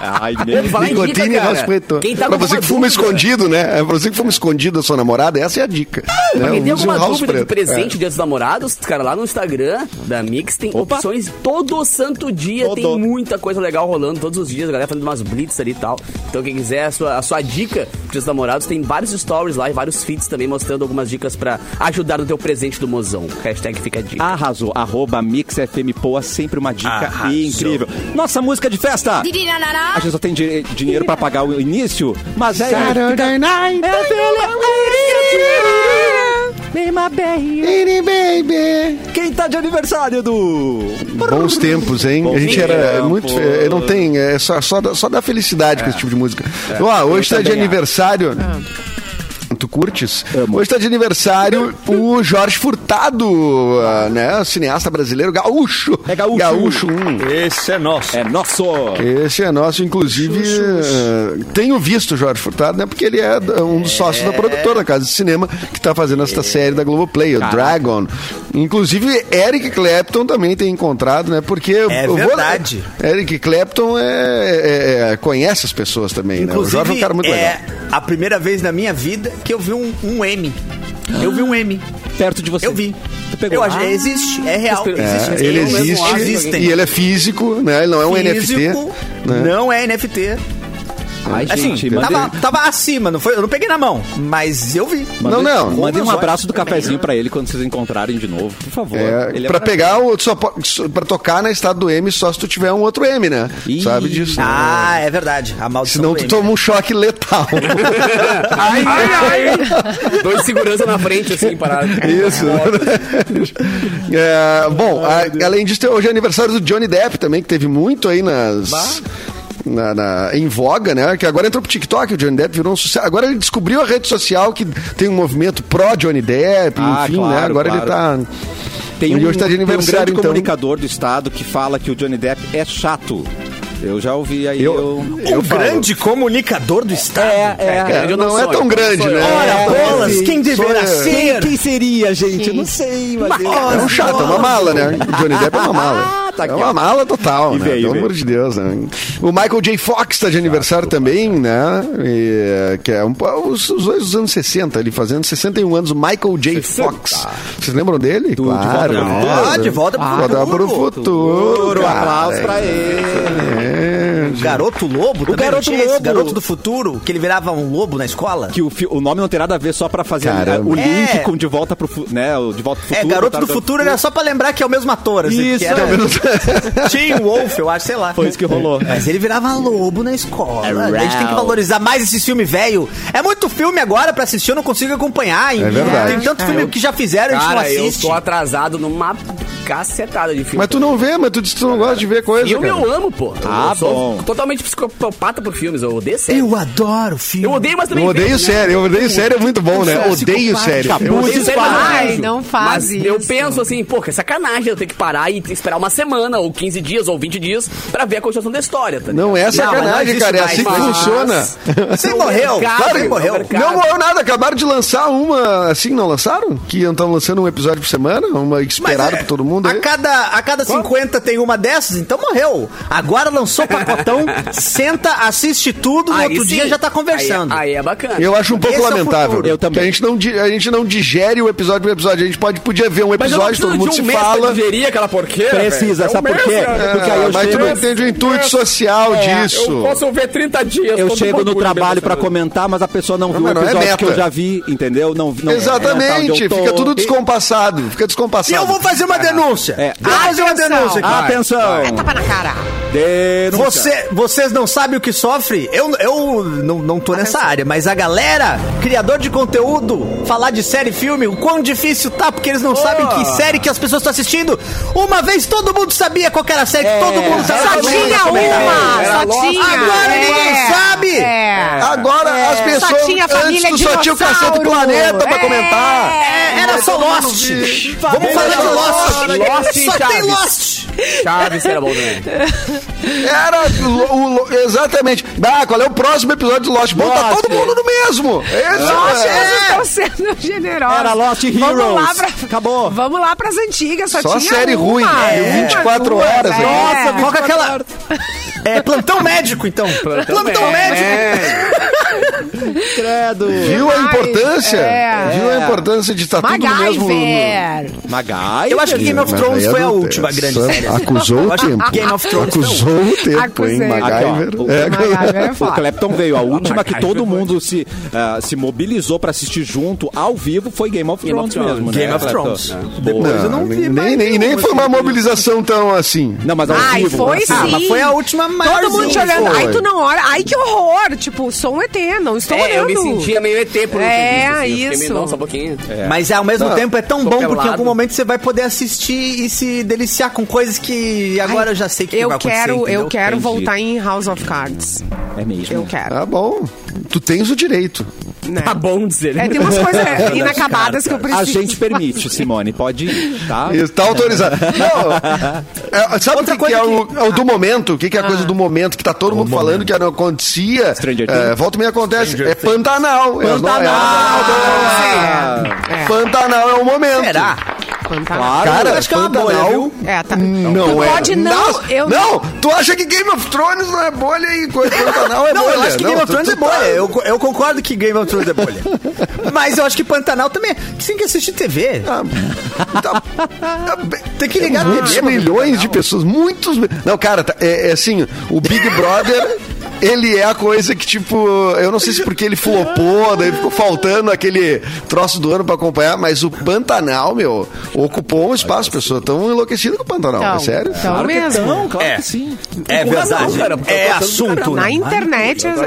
Speaker 1: Ai, meu
Speaker 6: Fala em dica,
Speaker 4: Nicotine e
Speaker 6: cara.
Speaker 4: Raus Prete.
Speaker 6: Quem tá
Speaker 4: pra
Speaker 6: com
Speaker 4: você
Speaker 6: alguma
Speaker 4: que fuma
Speaker 6: dúvida-
Speaker 4: escondido, né? É pra você que fuma escondido da sua namorada, essa é a dica. Né?
Speaker 6: Quem tem
Speaker 4: Use
Speaker 6: Ah, alguma
Speaker 4: Raus
Speaker 6: dúvida de
Speaker 4: Preto. É.
Speaker 6: presente Dia dos Namorados, cara, lá no Instagram da Mix tem
Speaker 1: Opa.
Speaker 6: opções todo santo dia.
Speaker 1: Todo.
Speaker 6: Tem muita coisa legal rolando todos os dias, a galera fazendo umas blitz ali e tal. Então, quem quiser a sua, a sua dica pro Dia dos Namorados, tem vários stories lá e vários feeds também mostrando algumas dicas pra ajudar no teu presente do mozão. Hashtag fica a dica.
Speaker 1: Arrasou, arroba Mix FM Poa, sempre uma dica incrível. Nossa música de festa! A gente só tem di- dinheiro pra pagar o início, mas é.
Speaker 4: Saturday night. tá Baby, baby.
Speaker 1: Quem tá de aniversário do.
Speaker 4: Bons tempos, hein? a gente era muito. é, não tem. É só, só, dá- só dá felicidade com esse tipo de música.
Speaker 1: É.
Speaker 4: Ó, hoje tá de aniversário.
Speaker 1: Ah.
Speaker 4: Tu curtes? Hoje tá de aniversário o Jorge Furtado, ah, né? Cineasta brasileiro, gaúcho.
Speaker 1: É gaúcho.
Speaker 4: Gaúcho, hum.
Speaker 2: Esse é nosso.
Speaker 1: É nosso!
Speaker 4: Esse é nosso, inclusive. eh, tenho visto o Jorge Furtado, né? Porque ele é d- um dos sócios da produtora, da Casa de Cinema, que tá fazendo
Speaker 5: É.
Speaker 4: esta série da Globoplay, o Dragon. Inclusive, Eric Clapton também tem encontrado, né? Porque.
Speaker 5: É
Speaker 4: eu vou-
Speaker 5: verdade.
Speaker 4: Eric Clapton é, é- é- conhece as pessoas também,
Speaker 5: Inclusive,
Speaker 4: né? O Jorge é um cara muito
Speaker 5: é
Speaker 4: legal.
Speaker 5: a primeira vez na minha vida que eu vi um, um M. Eu vi um M.
Speaker 1: Perto de você.
Speaker 5: Eu vi.
Speaker 1: Tu pegou. Ah,
Speaker 5: Eu achei, existe, é real.
Speaker 6: É,
Speaker 5: existe.
Speaker 4: Ele
Speaker 5: Eu mesmo
Speaker 4: existe
Speaker 5: acho que
Speaker 4: e ele é físico, né? Ele não é um
Speaker 5: Físico,
Speaker 4: NFT. né?
Speaker 5: Não é NFT.
Speaker 1: Ai,
Speaker 5: Assim,
Speaker 1: gente,
Speaker 5: tava,
Speaker 1: mandei-
Speaker 5: tava acima, não foi, eu não peguei na mão, mas eu vi.
Speaker 4: Não, não. né?
Speaker 1: Mandei um
Speaker 5: Conversões
Speaker 1: abraço do cafezinho pra ele quando vocês encontrarem de novo, por favor.
Speaker 4: É,
Speaker 1: Ele é maravilhoso.
Speaker 4: pra pegar o. Só, po- só- pra tocar na estrada do M só se tu tiver um outro M, né?
Speaker 1: Ih.
Speaker 4: Sabe disso. né?
Speaker 5: Ah, é verdade. A maldição
Speaker 4: Senão
Speaker 5: do
Speaker 4: tu
Speaker 5: M.
Speaker 4: toma um choque letal.
Speaker 6: Ai, ai, ai. [laughs] Dois segurança na frente, assim, parado.
Speaker 4: Isso. É, bom, a- além disso, tem hoje é aniversário do Johnny Depp também, que teve muito aí nas. na- na- em voga, né? Que agora entrou pro TikTok, o Johnny Depp virou um sucesso. Agora ele descobriu a rede social que tem um movimento pró-Johnny Depp,
Speaker 1: Ah,
Speaker 4: enfim, né?
Speaker 1: claro,
Speaker 4: Agora
Speaker 1: claro.
Speaker 4: ele tá. E hoje tá de
Speaker 1: tem um grande
Speaker 4: aniversário, então.
Speaker 1: comunicador do estado que fala que o Johnny Depp é chato. Eu já ouvi aí. um
Speaker 4: Eu-
Speaker 1: eu...
Speaker 5: O grande comunicador do Estado. É,
Speaker 4: É,
Speaker 6: eu não
Speaker 4: não
Speaker 6: sou,
Speaker 4: é
Speaker 6: eu
Speaker 4: tão
Speaker 6: não
Speaker 4: grande,
Speaker 6: sou,
Speaker 4: né?
Speaker 6: eu-
Speaker 5: Ora,
Speaker 4: É,
Speaker 5: bolas,
Speaker 4: sim,
Speaker 5: quem
Speaker 4: sou
Speaker 5: deverá
Speaker 4: eu.
Speaker 5: ser?
Speaker 1: Quem seria, gente? Eu não sei, mas.
Speaker 4: É um chato, é uma mala, né? O Johnny Depp é
Speaker 1: [laughs]
Speaker 4: uma mala.
Speaker 1: Tá aqui,
Speaker 4: é uma
Speaker 1: ó.
Speaker 4: mala total,
Speaker 1: E
Speaker 4: né?
Speaker 1: veio,
Speaker 4: Pelo
Speaker 1: veio.
Speaker 4: amor de Deus, né? O Michael J. Fox tá de aniversário também, né? E, que é um, os, os dois dos anos 60, ele fazendo 61 anos, o Michael J. Fox. Vocês lembram dele?
Speaker 1: De Volta para o
Speaker 4: né?
Speaker 1: Futuro.
Speaker 5: Ah, De Volta para o
Speaker 4: Volta para o
Speaker 5: Futuro.
Speaker 4: futuro.
Speaker 1: Um
Speaker 4: cara.
Speaker 1: aplauso pra ele.
Speaker 4: É, Entendi.
Speaker 5: Garoto Lobo?
Speaker 1: O
Speaker 5: também não
Speaker 1: Garoto
Speaker 5: tinha esse
Speaker 1: Lobo.
Speaker 5: Garoto do Futuro, que ele virava um lobo na escola?
Speaker 1: Que o, fi- o nome não tem nada a ver só pra fazer
Speaker 4: Caramba.
Speaker 1: o link
Speaker 5: É.
Speaker 1: com De Volta pro Fu- né, o De Volta pro
Speaker 5: é,
Speaker 1: Futuro. tá
Speaker 5: Garoto
Speaker 1: botaram
Speaker 5: do Futuro era só pra lembrar que é o mesmo ator. assim,
Speaker 1: Isso,
Speaker 5: que era
Speaker 1: é o [laughs]
Speaker 5: Tim Wolf, eu acho, sei lá. É.
Speaker 1: Foi isso que rolou.
Speaker 5: Mas ele virava lobo na escola. A gente tem que valorizar mais esse filme velho. É muito filme agora pra assistir, eu não consigo acompanhar. hein?
Speaker 4: É verdade.
Speaker 5: Tem tanto filme que já fizeram, a
Speaker 6: Cara,
Speaker 5: gente não
Speaker 6: eu
Speaker 5: assiste.
Speaker 6: tô atrasado numa cacetada de filme.
Speaker 4: Mas tu não vê, mas tu disse que tu não gosta de ver coisa.
Speaker 6: Eu,
Speaker 4: cara.
Speaker 6: eu amo, pô.
Speaker 1: Ah,
Speaker 6: eu sou
Speaker 1: bom.
Speaker 6: totalmente psicopata por filmes. Eu odeio série.
Speaker 5: Eu adoro filme.
Speaker 6: Eu odeio, mas também.
Speaker 4: Eu odeio
Speaker 6: vejo, né?
Speaker 4: sério, eu odeio sério, é muito bom, né?
Speaker 5: sou
Speaker 4: Odeio
Speaker 5: psicopata.
Speaker 4: sério.
Speaker 6: Eu odeio
Speaker 3: Muito
Speaker 6: série, mas
Speaker 3: fácil.
Speaker 6: eu vejo.
Speaker 3: Ai, não faz
Speaker 6: Mas Eu
Speaker 3: isso.
Speaker 6: penso assim, pô, que sacanagem eu ter que parar e esperar uma semana, ou 15 dias, ou 20 dias, pra ver a continuação da história, tá
Speaker 4: Não é
Speaker 5: mas não
Speaker 4: sacanagem,
Speaker 5: existe
Speaker 4: cara, é
Speaker 5: mais,
Speaker 4: assim que
Speaker 5: mas-
Speaker 4: funciona.
Speaker 6: [laughs]
Speaker 5: Você morreu.
Speaker 6: mercado,
Speaker 5: Claro que
Speaker 6: no
Speaker 5: morreu.
Speaker 6: mercado.
Speaker 4: Não morreu nada, acabaram de lançar uma, assim, não lançaram? Que estão lançando um episódio por semana, uma esperada
Speaker 5: é,
Speaker 4: pra todo mundo.
Speaker 5: A
Speaker 4: aí.
Speaker 5: cada, a cada 50 tem uma dessas, então morreu. Agora lançou o
Speaker 6: [laughs]
Speaker 5: pacotão, senta, assiste tudo, no
Speaker 6: Aí
Speaker 5: outro
Speaker 6: sim.
Speaker 5: dia já tá conversando.
Speaker 6: Aí, aí é bacana.
Speaker 4: Eu acho um pouco
Speaker 5: Esse é o
Speaker 4: lamentável.
Speaker 5: futuro.
Speaker 1: Eu também.
Speaker 4: Que a gente, não, di- a gente não digere o episódio por episódio. A gente pode, podia ver um
Speaker 6: Mas eu não
Speaker 4: episódio,
Speaker 6: preciso
Speaker 4: todo mundo
Speaker 6: de um
Speaker 4: se
Speaker 6: mês pra
Speaker 4: fala.
Speaker 6: digerir aquela porqueira.
Speaker 1: Precisa,
Speaker 6: velho. É um
Speaker 1: sabe por
Speaker 6: mês,
Speaker 1: quê?
Speaker 6: cara.
Speaker 1: Porque aí eu
Speaker 4: Ah, mas tu não
Speaker 1: chego-
Speaker 4: entende o intuito social
Speaker 5: É,
Speaker 4: disso.
Speaker 6: Eu posso ver 30 dias.
Speaker 1: Eu
Speaker 6: todo
Speaker 1: chego no
Speaker 6: bagulho
Speaker 1: trabalho
Speaker 6: dessa
Speaker 1: pra
Speaker 6: vez.
Speaker 1: comentar, mas a pessoa não viu o
Speaker 4: mas não é
Speaker 1: episódio que eu
Speaker 4: meta.
Speaker 1: já vi, entendeu? Não, não- é, não sabe onde
Speaker 6: é,
Speaker 4: Exatamente,
Speaker 1: eu tô.
Speaker 4: fica tudo
Speaker 1: E-
Speaker 4: descompassado. Fica
Speaker 5: é, E
Speaker 4: descompassado.
Speaker 5: eu vou fazer uma denúncia.
Speaker 1: É.
Speaker 5: Vou fazer uma denúncia aqui.
Speaker 1: Ah, Atenção!
Speaker 3: É tapa na cara.
Speaker 1: Denúncia.
Speaker 5: Você, vocês não sabem o que sofre? Eu, eu não, não tô nessa área, mas a galera, criador de conteúdo, falar de série e filme, o quão difícil tá, porque eles não sabem que série que as pessoas estão assistindo. Uma vez todo mundo sabia qual que era a série que todo mundo tá
Speaker 3: Só
Speaker 5: assistindo.
Speaker 3: tinha uma,
Speaker 6: Era
Speaker 3: só
Speaker 6: Lost.
Speaker 3: tinha.
Speaker 5: Agora
Speaker 3: É.
Speaker 5: ninguém sabe.
Speaker 3: É.
Speaker 4: Agora as pessoas.
Speaker 3: Só tinha a
Speaker 4: antes
Speaker 3: família
Speaker 4: tu só tinha o cacete do
Speaker 3: dinossauro.
Speaker 4: planeta pra
Speaker 3: É.
Speaker 4: comentar.
Speaker 5: É, era só Lost. Vamos falar de Lost.
Speaker 6: Lost e
Speaker 5: Só tem
Speaker 6: Chaves.
Speaker 5: Lost.
Speaker 6: Chaves era bom
Speaker 3: [laughs]
Speaker 6: também.
Speaker 4: Era lo- o, lo- exatamente. Ah, qual é o próximo episódio do Lost? Bom, tá
Speaker 1: Lost.
Speaker 5: é.
Speaker 4: todo mundo no mesmo. Esse
Speaker 3: Nossa,
Speaker 4: é.
Speaker 3: vocês estão sendo generosos.
Speaker 1: Era Lost
Speaker 3: Vamos lá
Speaker 1: Heroes.
Speaker 3: pra...
Speaker 1: Acabou.
Speaker 3: Vamos lá pras antigas, só,
Speaker 4: Só
Speaker 3: tinha
Speaker 4: série
Speaker 3: uma.
Speaker 4: ruim,
Speaker 3: É.
Speaker 4: deu 24
Speaker 3: Uma,
Speaker 4: horas,
Speaker 3: é.
Speaker 4: hein?
Speaker 5: Nossa, coloca aquela. É plantão médico, então. Plantão, médico. é
Speaker 1: Credo!
Speaker 4: Viu a importância?
Speaker 3: É.
Speaker 4: Viu a importância de estar tudo no mesmo.
Speaker 3: MacGyver.
Speaker 1: Magai?
Speaker 5: Eu acho que é. Game of
Speaker 4: Mas
Speaker 5: Thrones
Speaker 4: aí é
Speaker 5: foi
Speaker 4: do
Speaker 5: a
Speaker 4: tempo.
Speaker 5: última grande
Speaker 4: Sam
Speaker 5: série.
Speaker 4: Acusou o
Speaker 5: acho que
Speaker 4: tempo.
Speaker 5: Game of Thrones
Speaker 4: Acusou o tempo,
Speaker 3: Acusei.
Speaker 4: hein?
Speaker 1: Aqui, ó,
Speaker 4: MacGyver.
Speaker 1: o-
Speaker 4: É,
Speaker 3: MacGyver é
Speaker 1: O
Speaker 3: foda.
Speaker 1: Clapton veio. A última que
Speaker 6: MacGyver
Speaker 1: todo mundo se, ah, se mobilizou pra assistir junto, ao vivo, foi Game of
Speaker 6: Game
Speaker 1: Thrones
Speaker 6: of Thrones.
Speaker 1: mesmo, né?
Speaker 5: Game of
Speaker 1: Clapton?
Speaker 5: Thrones.
Speaker 1: É.
Speaker 5: Depois eu não vi
Speaker 4: nem,
Speaker 5: mais.
Speaker 4: nem, nem,
Speaker 5: nenhum,
Speaker 4: foi
Speaker 5: assim.
Speaker 4: uma mobilização tão assim.
Speaker 1: Não, mas ao
Speaker 3: Ai,
Speaker 1: vivo.
Speaker 3: foi
Speaker 1: né?
Speaker 3: sim.
Speaker 5: Ah, mas foi a última maior.
Speaker 3: Todo mundo te olhando.
Speaker 4: foi.
Speaker 3: Ai, tu não olha. Ai, que horror. Tipo, sou um ET, não estou
Speaker 6: É, eu
Speaker 3: olhando.
Speaker 6: me sentia meio ET por um
Speaker 3: É,
Speaker 6: segundo, assim, eu fiquei
Speaker 3: isso.
Speaker 6: meio, não, só um pouquinho.
Speaker 5: Mas ao mesmo tempo é tão
Speaker 6: tô
Speaker 5: bom porque
Speaker 6: pelado.
Speaker 5: em algum momento você vai poder assistir e se deliciar com coisas que agora eu já sei que vai
Speaker 3: Eu
Speaker 5: acontecer.
Speaker 3: quero,
Speaker 5: entendeu?
Speaker 3: eu quero
Speaker 1: Entendi.
Speaker 3: voltar em House of Cards.
Speaker 1: É mesmo.
Speaker 3: Eu quero.
Speaker 4: Tá bom. Tu tens o direito.
Speaker 3: né?
Speaker 6: Tá bom dizer.
Speaker 3: É, tem umas coisas inacabadas que eu preciso.
Speaker 1: A gente permite, Simone. Pode ir, tá?
Speaker 4: Está autorizado. Não, é, sabe o que, que é o, é o do momento? O que, que é a
Speaker 5: Ah.
Speaker 4: coisa do momento que tá todo mundo falando que não acontecia?
Speaker 1: Stranger
Speaker 4: É,
Speaker 1: Things.
Speaker 4: volta e meia acontece. é Pantanal. Pantanal. É,
Speaker 3: Ah, é.
Speaker 4: Pantanal é o momento.
Speaker 5: Será?
Speaker 3: Fantástico.
Speaker 1: Claro,
Speaker 4: Cara,
Speaker 5: Eu acho que é uma
Speaker 4: Pantanal,
Speaker 5: bolha, viu?
Speaker 3: É, tá.
Speaker 4: Não
Speaker 3: tu
Speaker 4: é.
Speaker 3: pode não.
Speaker 4: Nossa,
Speaker 3: eu
Speaker 4: não, tu acha que Game of Thrones não é bolha
Speaker 5: [laughs]
Speaker 4: e coisa Pantanal é
Speaker 5: Não,
Speaker 4: bolha?
Speaker 5: eu acho que Game
Speaker 4: Não,
Speaker 5: of
Speaker 4: tu-
Speaker 5: Thrones
Speaker 4: tu
Speaker 5: é bolha.
Speaker 4: tá-
Speaker 5: Eu, co- eu concordo que Game of Thrones é bolha. Mas eu acho que Pantanal também. é. Que tem que assistir TV.
Speaker 4: Ah, tá- tá bem-
Speaker 5: Tem que ligar a né?
Speaker 4: Muitos
Speaker 5: TV. pra ver
Speaker 4: milhões de
Speaker 5: Pantanal.
Speaker 4: pessoas, muitos. mi- Não, cara, tá- é, é assim,
Speaker 5: [laughs]
Speaker 4: o Big Brother. Ele é a coisa que, tipo, eu não sei se porque ele flopou, daí ficou faltando aquele troço do ano pra acompanhar, mas o Pantanal, meu, ocupou um espaço, pessoas tão enlouquecidas com o Pantanal,
Speaker 3: Então,
Speaker 4: é sério?
Speaker 3: então mesmo.
Speaker 1: [laughs] Não, claro
Speaker 5: É.
Speaker 1: que sim.
Speaker 5: É verdade.
Speaker 6: cara, porque eu
Speaker 5: é
Speaker 6: tô achando
Speaker 5: assunto.
Speaker 3: Na
Speaker 5: né?
Speaker 3: internet, é, é,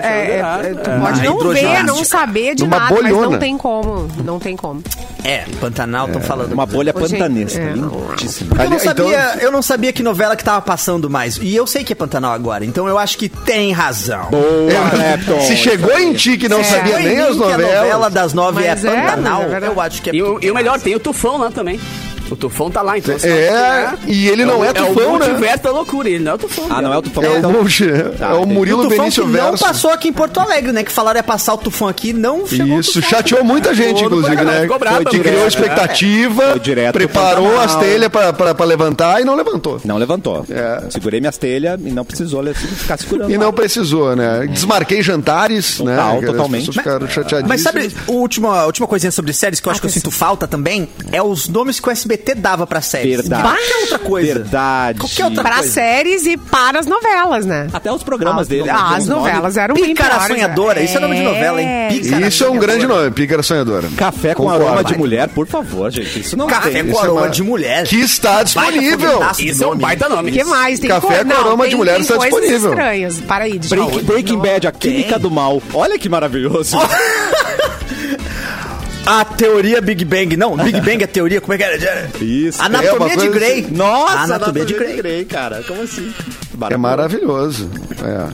Speaker 3: é, tu pode
Speaker 5: Na
Speaker 3: não ver,
Speaker 5: hidroginástica.
Speaker 3: não saber de
Speaker 4: Numa
Speaker 3: nada, mas não
Speaker 4: bolhona.
Speaker 3: tem como. Não tem como.
Speaker 5: É, Pantanal, estão falando.
Speaker 1: Uma bolha
Speaker 3: Ô, gente,
Speaker 1: pantanesca.
Speaker 3: é.
Speaker 1: Lindíssima.
Speaker 5: Eu não,
Speaker 4: Ali- então-
Speaker 5: sabia, eu não sabia que novela que tava passando mais. E eu sei que é Pantanal agora, então eu acho que tem razão.
Speaker 1: Boa, Clapton.
Speaker 4: Se chegou em ti que não sabia
Speaker 5: Foi em
Speaker 4: nem
Speaker 5: mim
Speaker 4: as
Speaker 5: É. que A novela
Speaker 4: novelas.
Speaker 5: das nove é
Speaker 3: Mas é, mas é
Speaker 5: Pantanal.
Speaker 3: verdade.
Speaker 5: eu acho que é
Speaker 6: E o, e o melhor, tem o Tufão lá também. O Tufão tá lá, então. assim,
Speaker 4: É, e ele não é,
Speaker 6: É o
Speaker 4: tufão, né?
Speaker 6: multiverso da loucura, ele não é o Tufão.
Speaker 1: Ah,
Speaker 6: né?
Speaker 1: não é o Tufão.
Speaker 4: É o,
Speaker 1: então.
Speaker 4: Monge, é o
Speaker 5: Tá, E o
Speaker 4: Murilo
Speaker 5: tufão que
Speaker 4: Benício
Speaker 5: não
Speaker 4: Verso.
Speaker 5: passou aqui em Porto Alegre, né? Que falaram ia passar o tufão aqui, não chegou. o
Speaker 4: Isso,
Speaker 5: tufão.
Speaker 4: chateou muita gente,
Speaker 6: Ficou no
Speaker 4: inclusive,
Speaker 6: Paraná,
Speaker 4: né?
Speaker 6: ficou brava,
Speaker 4: que
Speaker 6: né?
Speaker 4: criou
Speaker 6: É.
Speaker 4: expectativa,
Speaker 1: Foi direto pro
Speaker 4: preparou
Speaker 1: Pantanal.
Speaker 4: as telhas pra, pra, pra levantar e não levantou.
Speaker 1: Não levantou.
Speaker 4: É.
Speaker 1: Segurei minhas telhas e não precisou le- ficar segurando.
Speaker 4: E
Speaker 1: lá.
Speaker 4: não precisou, né? Desmarquei jantares,
Speaker 1: Total,
Speaker 4: né?
Speaker 1: totalmente.
Speaker 4: As pessoas ficaram chateadíssimas.
Speaker 1: Ah,
Speaker 5: Mas sabe, o último- a última coisinha sobre séries que eu acho que eu sinto falta também é os nomes que o SBT dava pra séries.
Speaker 1: Verdade.
Speaker 5: Qualquer outra coisa.
Speaker 1: Verdade.
Speaker 5: Qualquer outra
Speaker 3: Para
Speaker 5: coisa.
Speaker 3: séries e para as novelas, né?
Speaker 1: Até os programas dele. um
Speaker 3: Ah, as novelas eram bem
Speaker 5: Pícara
Speaker 3: piores, né?
Speaker 5: Sonhadora, isso é nome de novela, hein? Pícara
Speaker 4: Isso é um grande
Speaker 5: Sonhadora.
Speaker 4: nome, Pícara Sonhadora.
Speaker 1: Café com
Speaker 4: Concordo.
Speaker 1: aroma de mulher, por favor, gente. Isso não
Speaker 5: Café
Speaker 1: tem.
Speaker 5: com
Speaker 4: isso é
Speaker 5: aroma
Speaker 4: uma-
Speaker 5: de mulher.
Speaker 4: Que está disponível.
Speaker 5: Baita
Speaker 6: Isso é um
Speaker 5: nome.
Speaker 6: baita nome.
Speaker 3: O que mais? Tem
Speaker 4: Café
Speaker 3: co-
Speaker 4: com
Speaker 3: não,
Speaker 4: aroma
Speaker 3: tem-
Speaker 4: de mulher
Speaker 3: tem
Speaker 4: está
Speaker 3: coisas
Speaker 4: disponível.
Speaker 3: estranhas. Para aí, Djalma.
Speaker 1: Break- Breaking Bad, a química do mal. Olha que maravilhoso.
Speaker 5: A teoria Big Bang. Não, Big Bang é teoria, como é que era?
Speaker 1: Isso.
Speaker 4: É uma
Speaker 5: Anatomia de
Speaker 4: coisa
Speaker 5: Grey.
Speaker 4: assim.
Speaker 1: Nossa,
Speaker 5: Anatomia Ah, de Grey.
Speaker 1: cara. Como assim?
Speaker 4: É maravilhoso.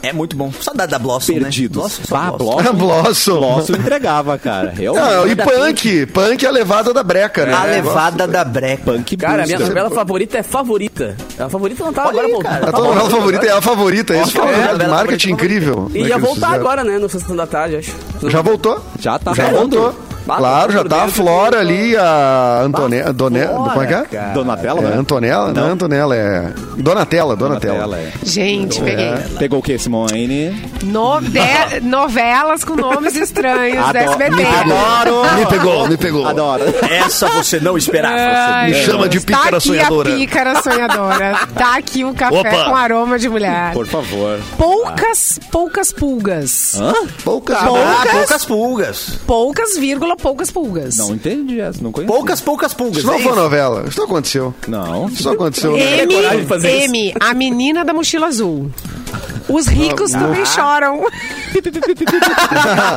Speaker 4: É. [laughs]
Speaker 5: É muito bom. Saudade da Blossom, né?
Speaker 1: Perdidos.
Speaker 5: Blossom, só
Speaker 1: Bah,
Speaker 5: Blossom.
Speaker 1: Blossom.
Speaker 4: Blossom.
Speaker 1: Blossom entregava, cara. Realmente.
Speaker 4: Não, e punk. Punk é a levada da breca, né?
Speaker 5: A levada da breca.
Speaker 1: Punk
Speaker 6: Cara, a minha
Speaker 1: Brewster.
Speaker 6: novela favorita é Favorita. A Favorita não tá
Speaker 5: Olha
Speaker 6: agora
Speaker 5: aí,
Speaker 6: voltando.
Speaker 5: cara.
Speaker 4: A
Speaker 6: Tá
Speaker 4: tua novela
Speaker 6: voltando.
Speaker 4: favorita é a favorita. Isso foi um
Speaker 6: Novela
Speaker 4: erro de
Speaker 6: favorita,
Speaker 4: marketing incrível. né,
Speaker 6: E
Speaker 4: que
Speaker 6: ia
Speaker 4: eles
Speaker 6: voltar
Speaker 4: fizeram.
Speaker 6: agora, né? No Sessão da Tarde, acho.
Speaker 4: Já voltou?
Speaker 1: Já tá
Speaker 4: Já
Speaker 1: falando.
Speaker 4: voltou.
Speaker 6: Bah,
Speaker 4: Claro,
Speaker 6: tá
Speaker 4: já
Speaker 6: tudo
Speaker 4: tá a
Speaker 6: dentro,
Speaker 4: Flora
Speaker 6: tudo.
Speaker 4: ali, a Antonella. Como é que é?
Speaker 1: Donatella,
Speaker 4: É
Speaker 1: né?
Speaker 4: Antonella? Não é Antonella, é. Donatella,
Speaker 1: Donatella,
Speaker 4: Donatella.
Speaker 1: é.
Speaker 3: Gente, peguei.
Speaker 1: Pegou o que, Simone?
Speaker 3: Nove- novelas com nomes estranhos da
Speaker 1: Adoro-
Speaker 3: SBT.
Speaker 1: Me adoro.
Speaker 4: Me pegou, me pegou.
Speaker 1: Adoro.
Speaker 5: Essa você não esperava.
Speaker 3: Ai,
Speaker 4: Me chama de
Speaker 3: Deus.
Speaker 4: pícara
Speaker 3: tá aqui
Speaker 4: sonhadora.
Speaker 3: a pícara sonhadora. Tá aqui o café
Speaker 2: Opa.
Speaker 3: com aroma de mulher.
Speaker 1: Por favor.
Speaker 3: Poucas, poucas pulgas.
Speaker 1: Hã?
Speaker 4: Poucas
Speaker 5: Ah,
Speaker 4: poucas.
Speaker 5: poucas pulgas.
Speaker 3: Poucas, vírgula, poucas pulgas.
Speaker 1: Não entendi essa, não conheço.
Speaker 5: Poucas, poucas pulgas.
Speaker 4: Isso não
Speaker 5: é
Speaker 4: foi
Speaker 5: isso?
Speaker 4: novela. Isso não aconteceu.
Speaker 1: Não.
Speaker 4: Isso não aconteceu. né?
Speaker 3: M,
Speaker 6: coragem de fazer isso.
Speaker 3: M, a menina da mochila azul. Os ricos
Speaker 7: Ah.
Speaker 3: também choram.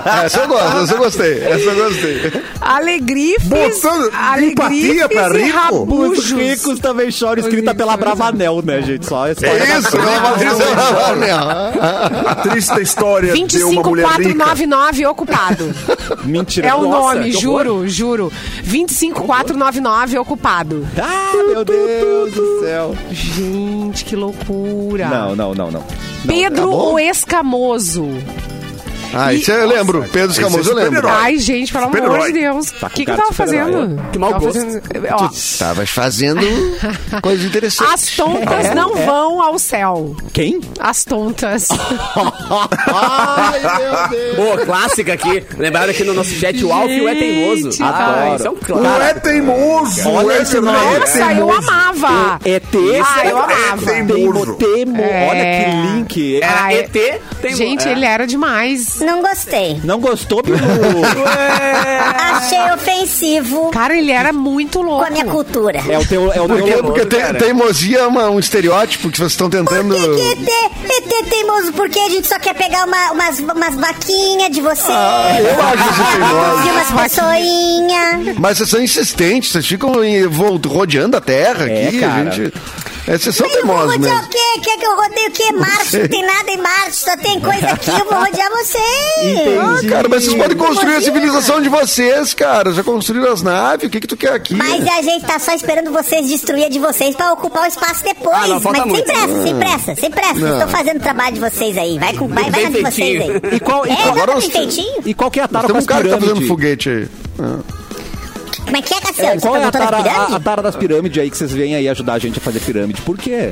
Speaker 4: Ah, essa eu gosto, essa eu gostei. Essa eu gostei.
Speaker 3: Alegrifes,
Speaker 7: Botando
Speaker 3: alegrifes
Speaker 7: empatia pra
Speaker 3: e
Speaker 7: rico?
Speaker 1: Os
Speaker 3: rabujos.
Speaker 1: ricos também choram, escrita pela Bravanel, né, gente? Só essa
Speaker 4: É isso, não valoriza não, não.
Speaker 7: A triste história de uma mulher rica.
Speaker 3: 25499
Speaker 7: [laughs]
Speaker 3: ocupado.
Speaker 1: Mentira.
Speaker 3: É o
Speaker 6: Nossa,
Speaker 3: nome,
Speaker 6: que
Speaker 3: juro, juro. 25499 é ocupado.
Speaker 1: Ah, meu Deus do céu. Tá.
Speaker 3: Gente, que loucura.
Speaker 1: Não, não, não, não.
Speaker 3: Pedro o Escamoso.
Speaker 4: Ah, isso eu lembro. Pedro Escamoso, eu lembro.
Speaker 7: super-herói.
Speaker 3: Ai, gente, pelo amor
Speaker 7: Super-herói.
Speaker 3: de Deus. O
Speaker 1: Tá com
Speaker 3: que, que
Speaker 1: cara
Speaker 3: tava
Speaker 1: de super-herói,
Speaker 3: fazendo?
Speaker 6: Que mau
Speaker 3: Tava
Speaker 6: gosto.
Speaker 3: fazendo- Ó,
Speaker 4: Estavas fazendo
Speaker 8: [laughs]
Speaker 4: coisas
Speaker 8: Ah,
Speaker 4: interessantes.
Speaker 3: as tontas não vão ao céu.
Speaker 1: Quem?
Speaker 3: As tontas.
Speaker 1: Ai, meu Deus.
Speaker 6: Pô, clássica aqui. Lembraram aqui no nosso chat, o Alfio é teimoso.
Speaker 1: Adoro.
Speaker 6: Ah, isso é um
Speaker 7: Não
Speaker 6: clássico.
Speaker 7: é teimoso.
Speaker 1: Olha
Speaker 7: é
Speaker 1: esse nome.
Speaker 3: Nossa,
Speaker 7: verdade.
Speaker 3: eu amava.
Speaker 1: É teimoso.
Speaker 3: Ah, eu amava.
Speaker 1: É teimo, teimo.
Speaker 3: É.
Speaker 1: Olha que link.
Speaker 3: Ah, é-
Speaker 6: ET teimoso.
Speaker 3: Gente,
Speaker 6: É.
Speaker 3: ele era demais.
Speaker 8: Não gostei.
Speaker 1: Não gostou, Bilu?
Speaker 4: Ah.
Speaker 8: Achei ofensivo
Speaker 3: Cara, ele era muito
Speaker 8: com
Speaker 3: louco.
Speaker 8: a minha cultura.
Speaker 1: É o teu, é o
Speaker 4: Por
Speaker 1: teu
Speaker 4: quê?
Speaker 1: amor,
Speaker 4: Porque te,
Speaker 1: cara.
Speaker 4: teimosia é uma- um estereótipo que vocês estão
Speaker 8: Por
Speaker 4: tentando.
Speaker 8: que, que ET, ET é teimoso? Porque a gente só quer pegar uma- umas, umas vaquinhas de vocês.
Speaker 4: Ah, eu acho isso teimoso.
Speaker 8: E umas pessoinhas.
Speaker 4: Mas vocês são insistentes, vocês ficam em- vo- rodeando a terra
Speaker 1: É,
Speaker 4: aqui,
Speaker 1: cara.
Speaker 4: gente. É, vocês são
Speaker 8: Mas eu vou
Speaker 4: teimosos
Speaker 8: rodear
Speaker 4: mesmo.
Speaker 8: o quê? Quer que eu rodeie o quê? Marte? Não tem nada em Marte, só tem coisa aqui. Eu vou rodear vocês.
Speaker 1: Entendi.
Speaker 4: Ah, Cara, mas vocês podem construir a
Speaker 8: Imagina.
Speaker 4: civilização de vocês, cara. Já construíram as naves, o que que tu quer aqui?
Speaker 8: Mas a gente tá só esperando vocês destruir a de vocês pra ocupar o espaço depois.
Speaker 6: Ah, não,
Speaker 8: Mas
Speaker 6: falta
Speaker 8: sem
Speaker 6: muito.
Speaker 8: pressa, sem pressa, sem pressa. Vocês estão fazendo o trabalho de vocês aí. Vai, com, vai, vai na de
Speaker 6: Bem
Speaker 8: vocês aí.
Speaker 6: feitinho.
Speaker 1: E qual, e
Speaker 8: É,
Speaker 1: qual,
Speaker 8: agora
Speaker 4: nós-
Speaker 8: tem feitinho?
Speaker 1: e qual que é a
Speaker 4: Nós
Speaker 1: tara com
Speaker 4: temos um
Speaker 1: as
Speaker 4: cara que tá
Speaker 1: pirâmides?
Speaker 4: fazendo foguete aí.
Speaker 8: Como é que é, Cassiano? Você
Speaker 1: Qual é a
Speaker 8: perguntou das
Speaker 1: tara, a, a
Speaker 8: pirâmides?
Speaker 1: tara das pirâmides aí que vocês vêm aí ajudar a gente a fazer pirâmide? Por quê?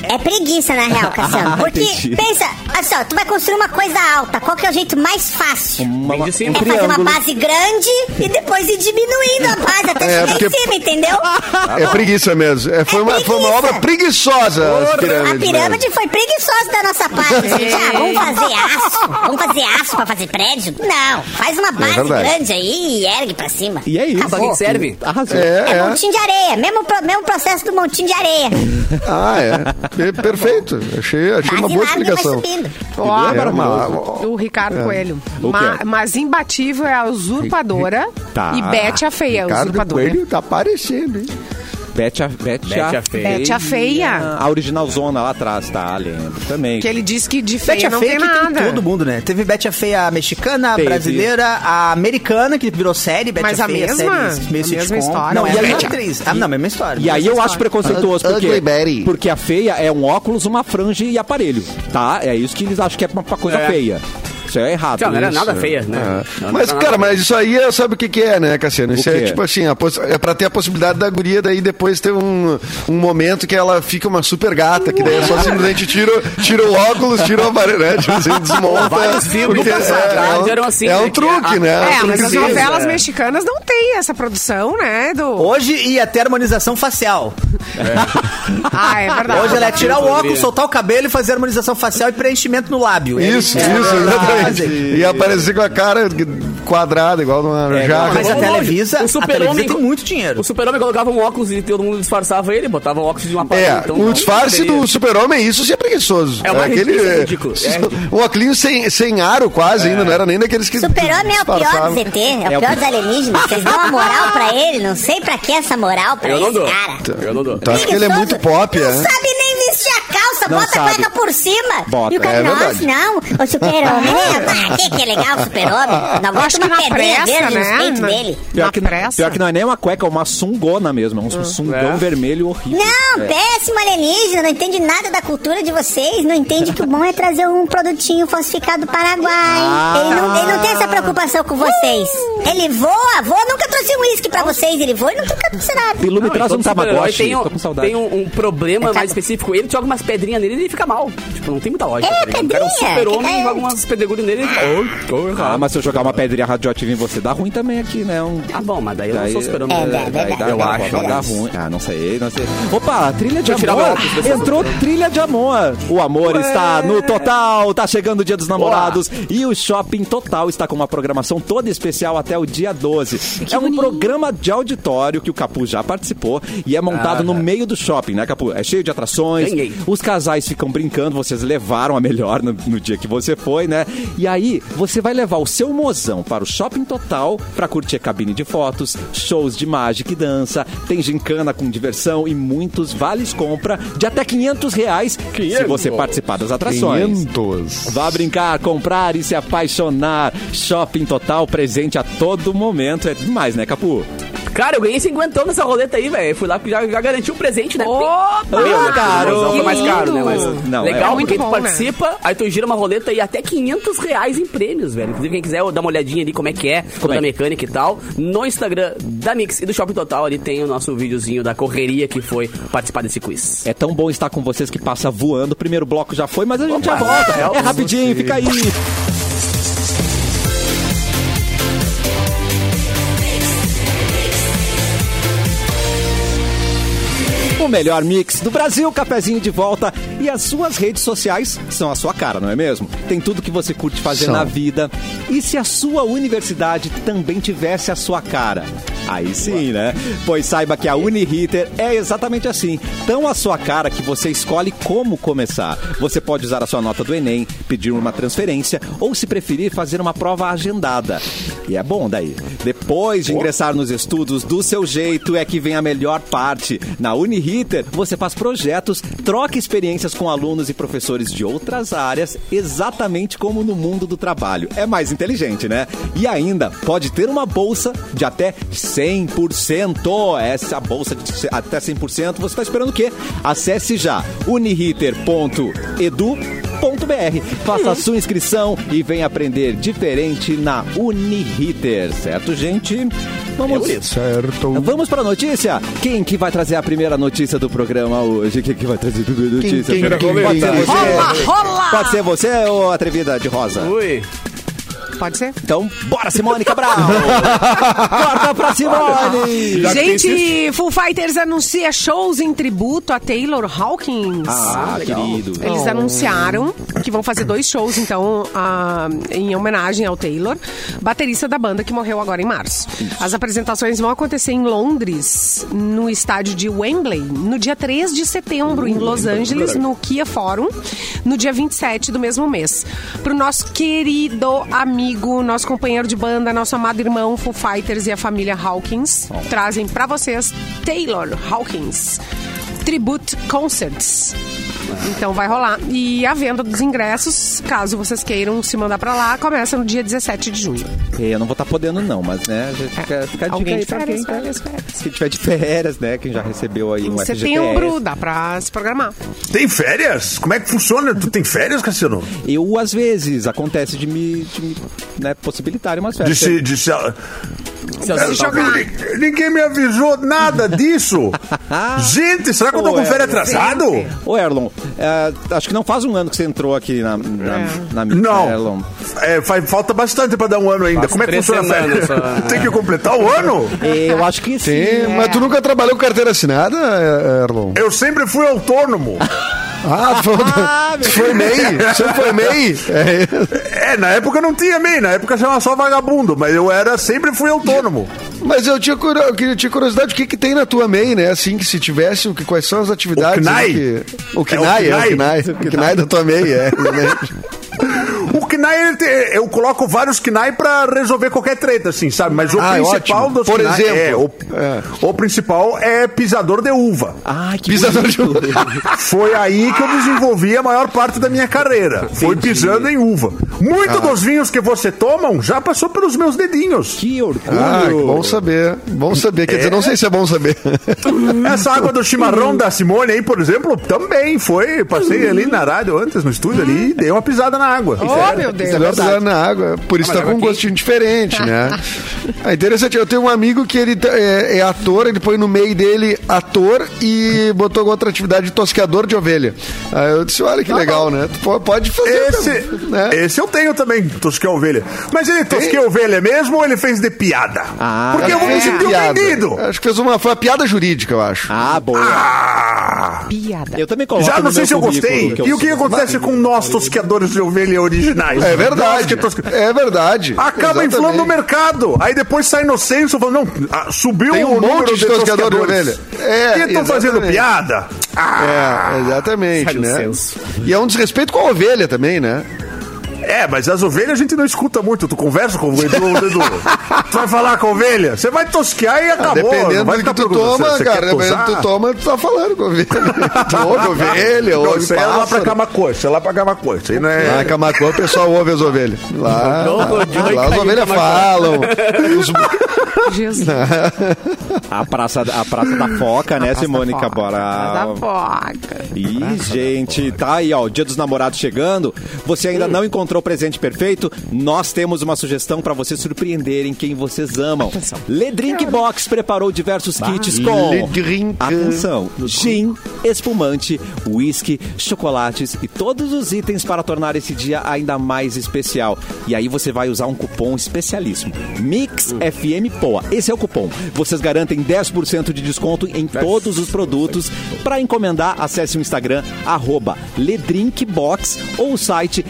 Speaker 8: É preguiça, na
Speaker 1: [laughs]
Speaker 8: real, Cassiano.
Speaker 1: Ah,
Speaker 8: Porque,
Speaker 1: entendi.
Speaker 8: pensa, olha só, tu vai construir uma coisa alta. Qual que é o jeito mais fácil?
Speaker 1: Uma,
Speaker 6: Vem de cima.
Speaker 8: É fazer uma base grande e depois ir diminuindo a base até
Speaker 4: É,
Speaker 8: chegar
Speaker 4: porque-
Speaker 8: em cima, entendeu?
Speaker 1: [laughs]
Speaker 4: É preguiça mesmo. É, foi,
Speaker 8: Tá É
Speaker 4: uma, foi uma
Speaker 8: preguiça.
Speaker 4: obra preguiçosa as pirâmides.
Speaker 8: A pirâmide foi preguiçosa da nossa parte. gente. Ah, vamos fazer aço? Vamos fazer aço pra fazer prédio? Não, faz uma base
Speaker 4: verdade.
Speaker 8: grande aí e ergue pra cima.
Speaker 1: E é isso.
Speaker 6: Sabe o que que serve?
Speaker 1: Arrasou.
Speaker 4: É,
Speaker 8: É
Speaker 4: é.
Speaker 8: montinho de areia, mesmo, pro- mesmo processo do montinho de areia.
Speaker 4: Ah, é.
Speaker 8: [laughs]
Speaker 4: É, Perfeito. Achei, achei uma
Speaker 8: Base
Speaker 4: boa
Speaker 8: larga e vai
Speaker 4: explicação.
Speaker 8: subindo.
Speaker 3: Ó,
Speaker 4: Era uma-
Speaker 3: o Ricardo Coelho.
Speaker 1: O
Speaker 3: Ma-
Speaker 1: quê?
Speaker 3: mas imbatível é a usurpadora
Speaker 1: Tá.
Speaker 3: e Bete a feia, a
Speaker 4: Ricardo
Speaker 3: usurpadora.
Speaker 1: né?
Speaker 4: Coelho tá aparecendo, hein?
Speaker 1: Bete a, Bete
Speaker 6: Bete
Speaker 1: a,
Speaker 6: a feia.
Speaker 3: Bete a feia.
Speaker 1: A original zona lá atrás, tá? Lembro também.
Speaker 3: Que ele disse que de feia,
Speaker 5: Bete a
Speaker 3: não
Speaker 5: Feia
Speaker 3: tem
Speaker 5: que
Speaker 3: nada.
Speaker 5: tem todo mundo, né? Teve Bete a Feia a mexicana, a
Speaker 1: Teve.
Speaker 5: brasileira, a americana, que virou série, Bete
Speaker 3: Mas
Speaker 5: a
Speaker 3: a
Speaker 5: Feia,
Speaker 3: mesma?
Speaker 5: série meio
Speaker 3: A mesma
Speaker 5: sitcom.
Speaker 3: história,
Speaker 5: Não,
Speaker 3: né?
Speaker 5: e a
Speaker 3: Bete
Speaker 5: mesma
Speaker 3: a-
Speaker 5: atriz. Ah, não, é a mesma história.
Speaker 1: E aí eu
Speaker 5: Mesma
Speaker 1: acho
Speaker 5: história.
Speaker 1: preconceituoso, por quê?
Speaker 4: Ugly Betty.
Speaker 1: Porque a feia é um óculos, uma franja e aparelho, tá? É isso que eles acham que é uma, uma coisa
Speaker 6: É.
Speaker 1: feia. Isso é errado.
Speaker 6: Não, não era
Speaker 1: isso.
Speaker 6: nada feia, né? Não,
Speaker 4: É. Mas,
Speaker 6: não era nada
Speaker 4: cara, mas isso aí é, sabe o que, que é, né, Cassiano? Isso
Speaker 1: Ah. O
Speaker 4: é
Speaker 1: quê?
Speaker 4: tipo assim, a poss- é pra ter a possibilidade da guria daí depois ter um, um momento que ela fica uma super gata, que daí é só simplesmente tira, o- tira o óculos, tira o aparelho, né? Tipo assim, desmonta.
Speaker 6: Vários filmes
Speaker 4: porque
Speaker 6: do passado,
Speaker 4: é,
Speaker 6: né,
Speaker 4: um-
Speaker 6: eram assim,
Speaker 4: é
Speaker 6: né,
Speaker 4: um
Speaker 6: que
Speaker 4: truque,
Speaker 6: a-
Speaker 4: né? É um
Speaker 3: É, mas as
Speaker 4: truquezinho.
Speaker 3: novelas
Speaker 6: é.
Speaker 3: mexicanas não têm essa produção, né? Do...
Speaker 5: Hoje ia ter harmonização facial.
Speaker 3: Ah, é verdade.
Speaker 5: Hoje ela é tirar o
Speaker 6: Deus,
Speaker 5: óculos,
Speaker 6: Rodrigo.
Speaker 5: soltar o cabelo e fazer harmonização facial e preenchimento no lábio.
Speaker 4: Isso,
Speaker 5: É,
Speaker 4: isso,
Speaker 5: dá pra
Speaker 4: exatamente.
Speaker 5: fazer.
Speaker 4: E aparecer com a cara quadrada, igual
Speaker 6: É,
Speaker 4: numa
Speaker 5: Não,
Speaker 4: jarra.
Speaker 5: mas a
Speaker 6: Vamos longe.
Speaker 5: Televisa,
Speaker 6: O
Speaker 5: a Televisa
Speaker 6: super-homem-
Speaker 5: tem muito dinheiro.
Speaker 6: O super-homem colocava um óculos e todo mundo disfarçava ele, botava um óculos de uma parede.
Speaker 4: É,
Speaker 6: então
Speaker 4: o
Speaker 6: não
Speaker 4: disfarce
Speaker 6: poderia.
Speaker 4: do super-homem, isso sim é preguiçoso.
Speaker 6: É uma ridícula, é ridículo, é
Speaker 4: Um óculos sem, sem aro quase ainda, não era nem daqueles que.
Speaker 8: Super-Homem é o pior
Speaker 4: disfarçavam.
Speaker 8: do ZT, é o pior dos alienígenas. Vocês dão uma moral pra ele, não sei pra que essa moral pra
Speaker 6: Eu não
Speaker 8: esse
Speaker 6: dou.
Speaker 8: cara. Tá.
Speaker 6: Eu não dou.
Speaker 4: Tu acha que ele é
Speaker 8: Preguiçoso.
Speaker 4: muito pop,
Speaker 8: Não
Speaker 4: é?
Speaker 8: sabe nem vestir a calça,
Speaker 1: Não
Speaker 8: bota
Speaker 1: sabe.
Speaker 8: a cueca por cima.
Speaker 1: Bota,
Speaker 8: E o cara,
Speaker 4: é
Speaker 8: nossa,
Speaker 4: verdade.
Speaker 8: não, o
Speaker 4: [laughs]
Speaker 8: super-homem, né? Ah, que, que legal o super-homem. Não
Speaker 3: Acho
Speaker 8: bota
Speaker 3: que
Speaker 8: uma
Speaker 3: na
Speaker 8: pedrinha
Speaker 3: pressa,
Speaker 8: verde
Speaker 3: né?
Speaker 8: no peito
Speaker 3: Na-
Speaker 8: dele.
Speaker 3: Na
Speaker 1: Pior que,
Speaker 3: pressa.
Speaker 1: pior que não é nem uma cueca, é uma sungona mesmo. É um sungão
Speaker 6: É.
Speaker 1: vermelho horrível. É.
Speaker 8: Não,
Speaker 4: É.
Speaker 8: péssimo alienígena, não entende nada da cultura de vocês, não entende que o bom é trazer um produtinho falsificado do Paraguai.
Speaker 4: Ah,
Speaker 8: Ele, não, ele não tem
Speaker 4: tá.
Speaker 8: essa preocupação com vocês.
Speaker 4: Uh!
Speaker 8: Ele voa, voa, nunca trouxe um uísque pra vocês, ele voa e nunca trouxe nada.
Speaker 1: Bilu me
Speaker 6: Não,
Speaker 1: traz
Speaker 6: todo
Speaker 1: um
Speaker 6: super-herói
Speaker 1: tamagotchi.
Speaker 6: Tem, um-
Speaker 1: Tô com saudade.
Speaker 6: tem um, um problema mais específico. Ele joga umas pedrinhas nele e ele fica mal. Tipo, não tem muita lógica.
Speaker 8: É,
Speaker 6: tá ligado? O cara é um
Speaker 8: pedrinha,
Speaker 6: super-homem
Speaker 8: que-
Speaker 6: e joga umas pedregulhas nele e ele fica. "Oi, oi,
Speaker 1: Ah,
Speaker 6: ah,
Speaker 1: mas se eu jogar uma pedrinha radioativa em você, dá ruim também aqui, né? Um...
Speaker 6: Ah, bom, mas daí eu não
Speaker 1: Daí-
Speaker 6: sou super-homem.
Speaker 8: É, é, é.
Speaker 1: Daí dá-
Speaker 8: Eu
Speaker 1: dá-
Speaker 6: acho,
Speaker 1: dá-
Speaker 6: eu
Speaker 1: dá
Speaker 6: acho.
Speaker 1: ruim. Ah, não sei, não sei. Opa, trilha de
Speaker 6: Vou tirar meu
Speaker 1: amor.
Speaker 6: óculos, pessoal.
Speaker 1: Entrou trilha de amor. O amor está no total. Tá chegando o dia dos namorados. E o Shopping Total está com uma programação toda especial até o dia 12. é um programa de auditório que o Capu já participou e é montado no meio do shopping, né, Capu? É cheio de atrações.
Speaker 6: Ganhei.
Speaker 1: Os casais ficam brincando, vocês levaram a melhor no, no dia que você foi, né? E aí, você vai levar o seu mozão para o Shopping Total para curtir a cabine de fotos, shows de mágica e dança, tem gincana com diversão e muitos vales compra de até 500 reais se você participar das atrações.
Speaker 4: 500.
Speaker 1: Vá brincar, comprar e se apaixonar. Shopping Total presente a todo momento. É demais, né, Capu?
Speaker 6: Cara, eu ganhei 50 nessa roleta aí, velho. Eu Fui lá porque já, já garanti o presente, né?
Speaker 3: Opa!
Speaker 6: Meu, né?
Speaker 1: Garoto!
Speaker 6: Porque o foi mais caro, né? Mas
Speaker 1: Não,
Speaker 6: legal,
Speaker 1: é.
Speaker 6: porque
Speaker 3: Muito
Speaker 6: tu
Speaker 3: bom,
Speaker 6: participa, aí tu gira uma roleta e até 500 reais em prêmios, velho. Inclusive, quem quiser dar uma olhadinha ali como é que é, toda
Speaker 1: é?
Speaker 6: a mecânica e tal, no Instagram da Mix e do Shopping Total, ali tem o nosso videozinho da correria que foi participar desse quiz.
Speaker 1: É tão bom estar com vocês que passa voando. O primeiro bloco já foi, mas a gente já
Speaker 6: Opa!
Speaker 1: volta.
Speaker 6: É,
Speaker 1: É rapidinho, fica aí. O melhor mix do Brasil, cafezinho de volta. E as suas redes sociais são a sua cara, não é mesmo? Tem tudo que você curte fazer
Speaker 4: São.
Speaker 1: na vida. E se a sua universidade também tivesse a sua cara? Aí sim, né? Pois saiba que a Uniriter é exatamente assim. Tão a sua cara que você escolhe como começar. Você pode usar a sua nota do Enem, pedir uma transferência ou, se preferir, fazer uma prova agendada. E é bom daí. Depois de ingressar nos estudos do seu jeito é que vem a melhor parte. Na Uniriter, você faz projetos, troca experiências com alunos e professores de outras áreas, exatamente como no mundo do trabalho. É mais inteligente, né? E ainda pode ter uma bolsa de até 100%. Essa bolsa de c- até 100%, você está esperando o quê? Acesse já uniriter.edu Uniriter.com.br. Faça a sua inscrição e venha aprender diferente na Uniriter, certo, gente?
Speaker 6: é
Speaker 4: É
Speaker 1: Vamos
Speaker 4: Certo.
Speaker 1: Então Vamos para a notícia? Quem que vai trazer a primeira notícia do programa hoje? Quem que vai trazer a primeira notícia?
Speaker 4: quem, quem,
Speaker 1: Pode ser
Speaker 4: quem?
Speaker 1: você?
Speaker 3: Rola!
Speaker 1: Pode ser você ou atrevida de rosa?
Speaker 6: Ui,
Speaker 3: Pode ser?
Speaker 1: Então, bora, Simone Cabral! Corta pra Simone!
Speaker 7: Já que tem
Speaker 3: Gente, Full Fighters anuncia shows em tributo a Taylor Hawkins.
Speaker 1: Ah, querido.
Speaker 3: Eles anunciaram que vão fazer dois shows, então, ah, em homenagem ao Taylor, baterista da banda que morreu agora em março. As apresentações vão acontecer em Londres, no estádio de Wembley, no dia 3 de setembro, em Los Angeles, no Kia Forum, no dia 27 do mesmo mês. Pro nosso querido amigo, nosso companheiro de banda, nosso amado irmão Foo Fighters e a família Hawkins, trazem pra vocês Taylor Hawkins. Tribute Concerts. Então vai rolar. E a venda dos ingressos, caso vocês queiram se mandar pra lá, começa no dia 17 de junho.
Speaker 1: É, Eu não vou estar podendo, não, mas né, já fica, fica a dica
Speaker 3: Alguém
Speaker 1: aí
Speaker 3: de
Speaker 1: pra
Speaker 3: férias,
Speaker 1: quem. tá-
Speaker 3: férias, férias.
Speaker 1: Se tiver de férias, né? Quem já recebeu aí
Speaker 3: Em
Speaker 1: um
Speaker 3: setembro,
Speaker 1: FGTS.
Speaker 3: dá pra se programar.
Speaker 7: Tem férias? Como é que funciona? Tu tem férias, Cassiano?
Speaker 1: Eu, às vezes, acontece de me, de me, né, possibilitar umas
Speaker 7: De
Speaker 4: É,
Speaker 1: férias.
Speaker 7: se, de se...
Speaker 6: Celso,
Speaker 7: tá Ninguém- Ninguém me avisou nada
Speaker 4: [laughs]
Speaker 7: disso. Gente, será que eu tô
Speaker 1: Ué,
Speaker 7: com férias atrasado?
Speaker 1: Ô, Erlon, é, acho que não faz um ano que você entrou aqui na, na, na mídia, né, Erlon.
Speaker 7: Não. É, faz, falta bastante pra dar um ano ainda.
Speaker 6: Faz
Speaker 7: Como é que
Speaker 6: três
Speaker 7: funciona a férias?
Speaker 6: semanas só.
Speaker 7: [laughs]
Speaker 4: né?
Speaker 7: Tem que completar o ano?
Speaker 1: É, Eu acho que sim.
Speaker 4: Tem, mas tu nunca trabalhou com carteira assinada, é, Erlon?
Speaker 7: Eu sempre fui autônomo.
Speaker 4: Ah, tu falou do- tu foi MEI? Você foi
Speaker 6: [laughs]
Speaker 4: MEI? É isso.
Speaker 7: É, na época não tinha MEI, na época chamava só vagabundo, mas eu era, sempre fui autônomo.
Speaker 4: Mas eu tinha, curio- eu queria- tinha curiosidade, o que, que tem na tua MEI, né? Assim, que se tivesse, o que, quais são as atividades?
Speaker 7: O CNAE?
Speaker 4: né, que- O CNAE, é o CNAE. O CNAE da tua MEI, é. realmente.
Speaker 7: O KNAI, ele tem- eu coloco vários KNAI pra resolver qualquer treta, assim, sabe? Mas o
Speaker 4: Ah,
Speaker 7: principal
Speaker 4: ótimo.
Speaker 7: dos
Speaker 4: Por
Speaker 7: KNAI
Speaker 4: exemplo.
Speaker 7: é, o, o principal é pisador de uva.
Speaker 1: Ai, que
Speaker 4: Pisador
Speaker 1: bonito.
Speaker 4: de uva.
Speaker 7: Foi aí que eu desenvolvi a maior parte da minha carreira. Foi pisando em uva. Muito dos vinhos que você tomam já passou pelos meus dedinhos.
Speaker 1: Que orgulho.
Speaker 4: Ah, que bom saber. Bom saber. Quer dizer, não sei se é bom saber.
Speaker 7: Essa água do chimarrão da Simone aí, por exemplo, também foi. Passei ali na rádio antes, no estúdio ali, e dei uma pisada na água.
Speaker 3: Oh, meu Deus.
Speaker 4: [laughs] Melhor pisar na água. Por isso
Speaker 6: mas
Speaker 4: tá com um
Speaker 6: água quente.
Speaker 4: gostinho diferente, né? É interessante. Eu tenho um amigo que ele tá- é, é ator, ele põe no meio dele ator e botou outra atividade de tosqueador de ovelha. Aí eu disse, olha que legal, né? Tu po- pode fazer.
Speaker 7: É. Esse,
Speaker 4: né?
Speaker 7: esse eu tenho também, tosquei a ovelha. Mas ele tosquei a ovelha mesmo ou ele fez de piada?
Speaker 1: Ah.
Speaker 7: Porque eu vou me
Speaker 4: Fez
Speaker 7: sentir
Speaker 4: é piada.
Speaker 7: ofendido.
Speaker 4: Acho que fez uma, foi uma piada jurídica, eu acho.
Speaker 1: Ah, boa.
Speaker 7: Ah,
Speaker 3: Piada.
Speaker 1: Eu também coloco
Speaker 7: já
Speaker 1: no
Speaker 7: não sei
Speaker 1: meu
Speaker 7: se eu
Speaker 1: currículo
Speaker 7: gostei.
Speaker 4: é
Speaker 1: que eu
Speaker 7: e o que
Speaker 1: sou-
Speaker 7: acontece com nós, tosqueadores de ovelha originais?
Speaker 4: É
Speaker 7: Nós
Speaker 4: verdade.
Speaker 7: que tosque-
Speaker 4: É verdade.
Speaker 7: Acaba
Speaker 4: Exatamente.
Speaker 7: inflando o mercado. Aí depois sai inocência e fala, não, ah, subiu
Speaker 4: Tem um
Speaker 7: o número
Speaker 4: monte de tosqueador de
Speaker 7: tosqueadores.
Speaker 4: ovelha. É,
Speaker 7: e estão fazendo
Speaker 4: exatamente.
Speaker 7: piada. Ah,
Speaker 4: É,
Speaker 6: Sai
Speaker 4: exatamente,
Speaker 6: do
Speaker 4: né?
Speaker 6: senso.
Speaker 4: E é um desrespeito com a ovelha também, né?
Speaker 7: É, mas as ovelhas a gente não escuta muito. Tu conversa com o Edu,
Speaker 4: [laughs]
Speaker 7: Edu. Tu vai falar com a ovelha? Você vai tosquear e acabou.
Speaker 4: Ah, Dependendo
Speaker 7: não vai
Speaker 4: do
Speaker 7: ficar
Speaker 4: que tu
Speaker 7: perguntando,
Speaker 4: toma,
Speaker 7: "Você- você quer
Speaker 4: cara. Dependendo
Speaker 7: tosar?" Ah,
Speaker 4: do que tu toma, tu tá falando com a
Speaker 7: [laughs]
Speaker 4: ovelha. Tu ouve a ovelha,
Speaker 7: Não,
Speaker 4: ouve
Speaker 7: isso aí é lá pra
Speaker 4: pássaro. Ah,
Speaker 7: Camacuã, isso é lá pra Camacuã. Isso aí não é...
Speaker 4: Lá em Camacuã, o pessoal ouve as ovelhas. Lá,
Speaker 6: Não, de
Speaker 4: lá as
Speaker 6: Caiu,
Speaker 4: ovelhas
Speaker 6: Camacuã. [laughs]
Speaker 4: falam.
Speaker 3: [laughs] Jesus.
Speaker 1: A praça, a praça da Foca, né, Simone
Speaker 3: Mônica
Speaker 1: Cabral?
Speaker 3: Da foca.
Speaker 1: Ih, gente, tá aí, ó, o Dia dos Namorados chegando. Você ainda não encontrou o presente perfeito? Nós temos uma sugestão pra vocês surpreenderem quem vocês amam.
Speaker 3: Atenção.
Speaker 1: Le Drink Box preparou diversos kits com
Speaker 4: Le Drink.
Speaker 1: Atenção, gin, espumante, whisky, chocolates e todos os itens para tornar esse dia ainda mais especial. E aí você vai usar um cupom especialíssimo. Mix FM Poa. Esse é o cupom. Vocês garantem 10% de desconto em todos os produtos. Para encomendar, acesse o Instagram arroba ledrinkbox ou o site